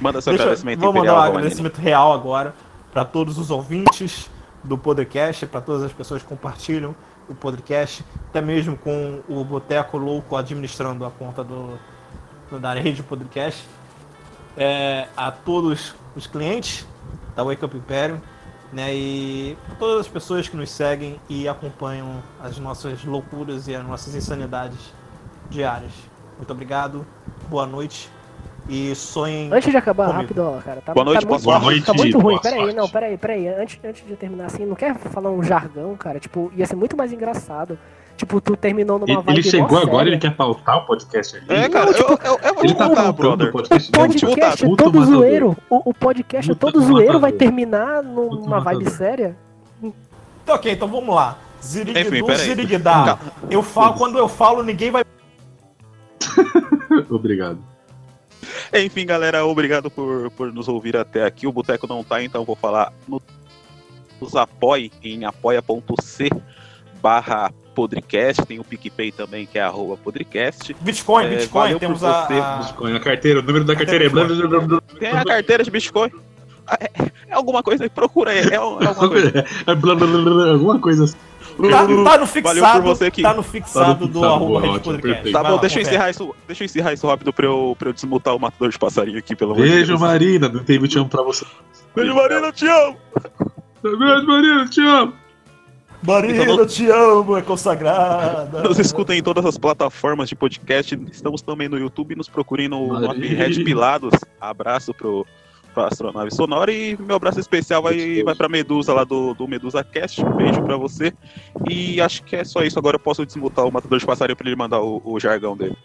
B: Manda seu
C: Deixa eu-
B: agradecimento
C: Vou mandar um
B: imperial, Romanini.
C: agradecimento real agora para todos os ouvintes do podcast, para todas as pessoas que compartilham o podcast, até mesmo com o Boteco Louco administrando a conta do, do- da rede podcast. É, a todos os clientes da Wake Up Imperium, né, e pra todas as pessoas que nos seguem e acompanham as nossas loucuras e as nossas insanidades diárias. Muito obrigado, boa noite e sonhem.
G: Antes de acabar,
C: Comigo.
G: rápido, ó, cara. Tá,
B: Boa noite,
G: tá
B: boa
G: muito,
D: sorte.
G: Tá muito
D: Boa
G: ruim. Peraí,
D: sorte.
G: não, peraí, peraí. Antes, antes de terminar assim, não quer falar um jargão, cara? Tipo, ia ser muito mais engraçado. Tipo, tu terminou numa
D: Ele,
G: vibe
D: ele chegou
G: mó
D: agora,
G: séria.
D: ele quer pautar o podcast ali.
B: É, cara, eu, eu, eu vou
D: ele tá
B: voltar,
D: pautando
B: brother.
D: o podcast
G: O
D: dele.
B: Tipo,
G: podcast é
D: puto
G: todo
D: matador.
G: zoeiro. O, o podcast
D: Puto
G: todo zoeiro
D: matador.
G: vai terminar numa
D: Puto
G: vibe
D: matador.
G: séria?
C: Então, ok, então vamos lá. Ziriguidu,
B: Enfim, peraí.
C: Ziriguidá. Eu falo, quando eu falo, ninguém vai.
D: Obrigado.
B: Enfim, galera, obrigado por, por nos ouvir até aqui. O Boteco não tá, então vou falar no, nos apoie em apoia.c barra podcast. Tem o PicPay também, que é arroba podcast.
C: Bitcoin,
B: É,
C: Bitcoin,
B: valeu
C: temos
B: por
C: a.
B: você,
C: a- Tá,
D: Bitcoin, a carteira, o número da carteira é. blá, blá, blá, blá,
B: Tem a carteira de Bitcoin. Ah, É, é alguma coisa aí, procura aí. É, é alguma
C: (laughs)
B: coisa.
D: blá, blá, blá, blá, Alguma coisa assim.
C: Tá, tá no
B: Valeu por
C: fixado.
B: você aqui.
C: Tá no fixado do
D: fixado,
C: arroba
D: boa,
C: Rede
D: ótimo,
C: Podcast.
D: perfeito.
B: Tá
C: Vai
B: bom,
C: lá,
B: deixa eu
C: confere.
B: encerrar isso. Deixa eu encerrar isso rápido pra eu, pra eu desmutar o matador de passarinho aqui, pelo amor de
D: Beijo,
B: Deus.
D: Marina, do David Amo pra você.
B: Beijo, Marina, te amo!
D: Beijo, Marina, te amo.
C: Marina,
B: Então
C: eu te amo, é consagrada.
B: Nos escutem em todas as plataformas de podcast. Estamos também no YouTube. Nos procurem no no app Red Pilados. Abraço pro, pra Astronave Sonora. E meu abraço especial vai, vai pra Medusa lá do, do Medusa Cast. Um Beijo pra você. E acho que é só isso. Agora eu posso desmutar o matador de passarinho pra ele mandar o, o jargão dele.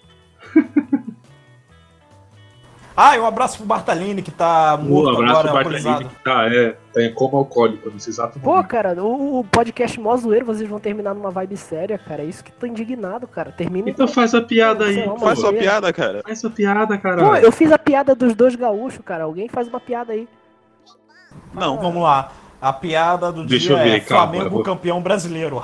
C: Ah, e um abraço pro Bartalini, que tá
D: Um
C: morto
D: abraço
C: agora,
D: pra
C: alcoolizado.
D: Aline, que tá, é, tá em coma alcoólico nesse exato
G: Pô,
D: momento.
G: cara, o, o podcast mó zoeiro, vocês vão terminar numa vibe séria, cara. É isso que tô indignado, cara. Termina
D: Então faz a piada aí,
G: Sei lá,
D: pô. é.
B: Faz
G: mano.
B: sua piada, cara.
D: Faz sua piada,
G: Pô,
D: caralho.
G: eu fiz a piada dos dois gaúchos, cara. Alguém faz uma piada aí.
C: Não, vamos lá. A piada do
D: Deixa
C: dia
D: eu ver
C: é
D: aí, calma,
C: Flamengo
D: eu vou-
C: campeão brasileiro. (laughs)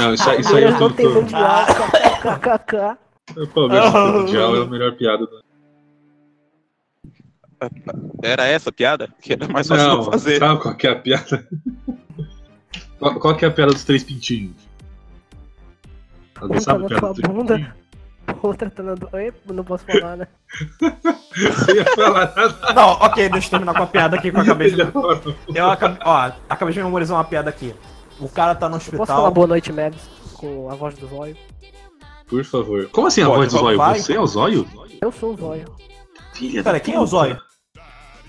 D: Não, isso, aí- isso aí
G: Deus
D: é
G: não
D: tudo.
G: tem
D: tudo.
B: Ah.
G: mundial, kkkk.
D: Pô,
C: Ah.
D: o mundial é a melhor piada do
B: Era essa a piada? É Que era mais fácil não, fazer.
D: Sabe qual que é a piada? qual, qual que é a piada dos três pintinhos? Alguém
G: Um tá
D: sabe é a
G: na
D: piada
G: tua
D: dos três
G: bunda,
D: pintinhos?
G: outra tá na do... Ei, não posso
B: (laughs)
G: falar, né?
D: Eu ia falar
C: (laughs)
D: nada.
C: Não, ok, deixa eu terminar com a piada
D: (laughs)
C: aqui que eu acabei de.
D: melhor.
C: Eu acabei, ó, acabei de memorizar uma piada aqui. O cara tá no
G: Eu posso falar
C: hospital.
G: boa noite, Mavis, com a voz do Zóio?
D: Por favor. Como assim a
C: Pode,
D: voz do Zóio?
C: vai.
D: Você é o Zóio?
G: Eu sou
B: (laughs)
G: o Zóio.
D: Filha
C: Pera, quem é o Zóio?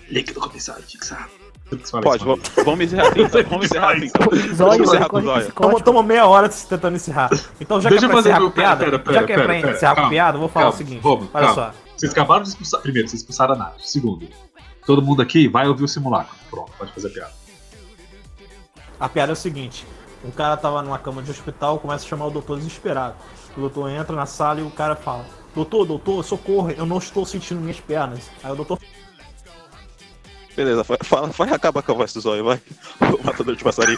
D: Líquido comissário fixado. Tudo que se fala
B: Pode,
D: isso, mano.
B: vamos, vamos encerrar assim. então. Vamos encerrar assim. então.
G: Zóio,
B: encerrar com o
G: corre
B: Zóio.
C: Tamo,
G: psicótico.
B: (laughs)
C: tamo Então meia hora tentando encerrar. Então, já que é
D: Deixa eu
C: pra
D: fazer
C: encerrar
D: meu-
C: com piada,
D: pera, pera,
C: já que é
D: pera,
C: pra
D: pera,
C: encerrar com
D: calma,
C: piada, eu vou falar
D: calma,
C: o seguinte.
D: vamos,
C: olha
D: calma. Vocês acabaram de expulsar. Primeiro, vocês expulsaram a Nath. Segundo, todo mundo aqui vai ouvir o simulacro. Pronto, pode fazer a piada.
C: só, a piada é o seguinte. Um cara tava numa cama de hospital, começa a chamar o doutor desesperado. O doutor entra na sala e o cara fala, doutor, doutor, socorro, eu não estou sentindo minhas pernas. Aí o doutor,
B: Beleza, fa- fala, vai acabar com a voz do zóio, vai. O matador de passarinho.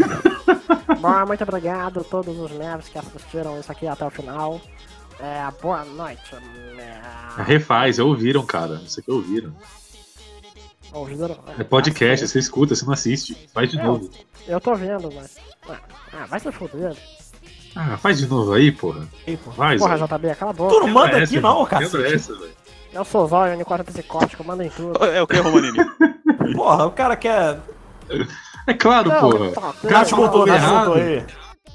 G: Bom, muito obrigado a todos os Mavis que assistiram isso aqui até o final. É, boa noite. Mavis.
D: Refaz, ouviram, cara. Isso aqui ouviram.
G: Ó, os dra-
D: É podcast, você escuta, você não assiste. Faz de
G: É,
D: novo.
G: Eu tô vendo, mas. Ah, Ah, vai se foder.
D: Ah, faz de novo aí, porra.
C: Ei, porra.
D: Vai,
G: Porra,
D: Zé.
G: JB, cala a
C: Tu
G: boca.
C: não manda
D: Lembra
C: aqui
D: essa,
C: não,
D: velho? Lembra
C: cacete.
D: essa, velho?
G: Eu sou o Zóio, unicórnio psicótico, manda em tudo.
B: É o que, Romanini?
C: Porra, o cara quer.
D: É claro,
G: Não,
D: porra.
G: tá, tá,
D: Cara,
C: Nath
G: tá,
C: voltou,
G: tá.
D: errado.
C: Nath voltou aí.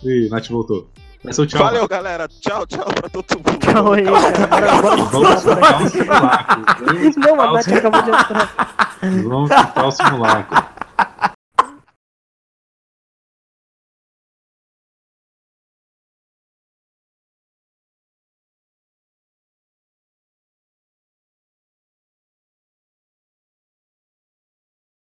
D: Ih, Nath voltou. Mas seu tchau.
B: Valeu, galera. Tchau, tchau pra todo mundo.
G: Tchau aí, cara. Bora-
C: (laughs)
G: bora-
D: Vamos chutar o simulacro.
G: é Não, a Nath acabou de entrar.
C: é
D: Vamos chutar o simulacro.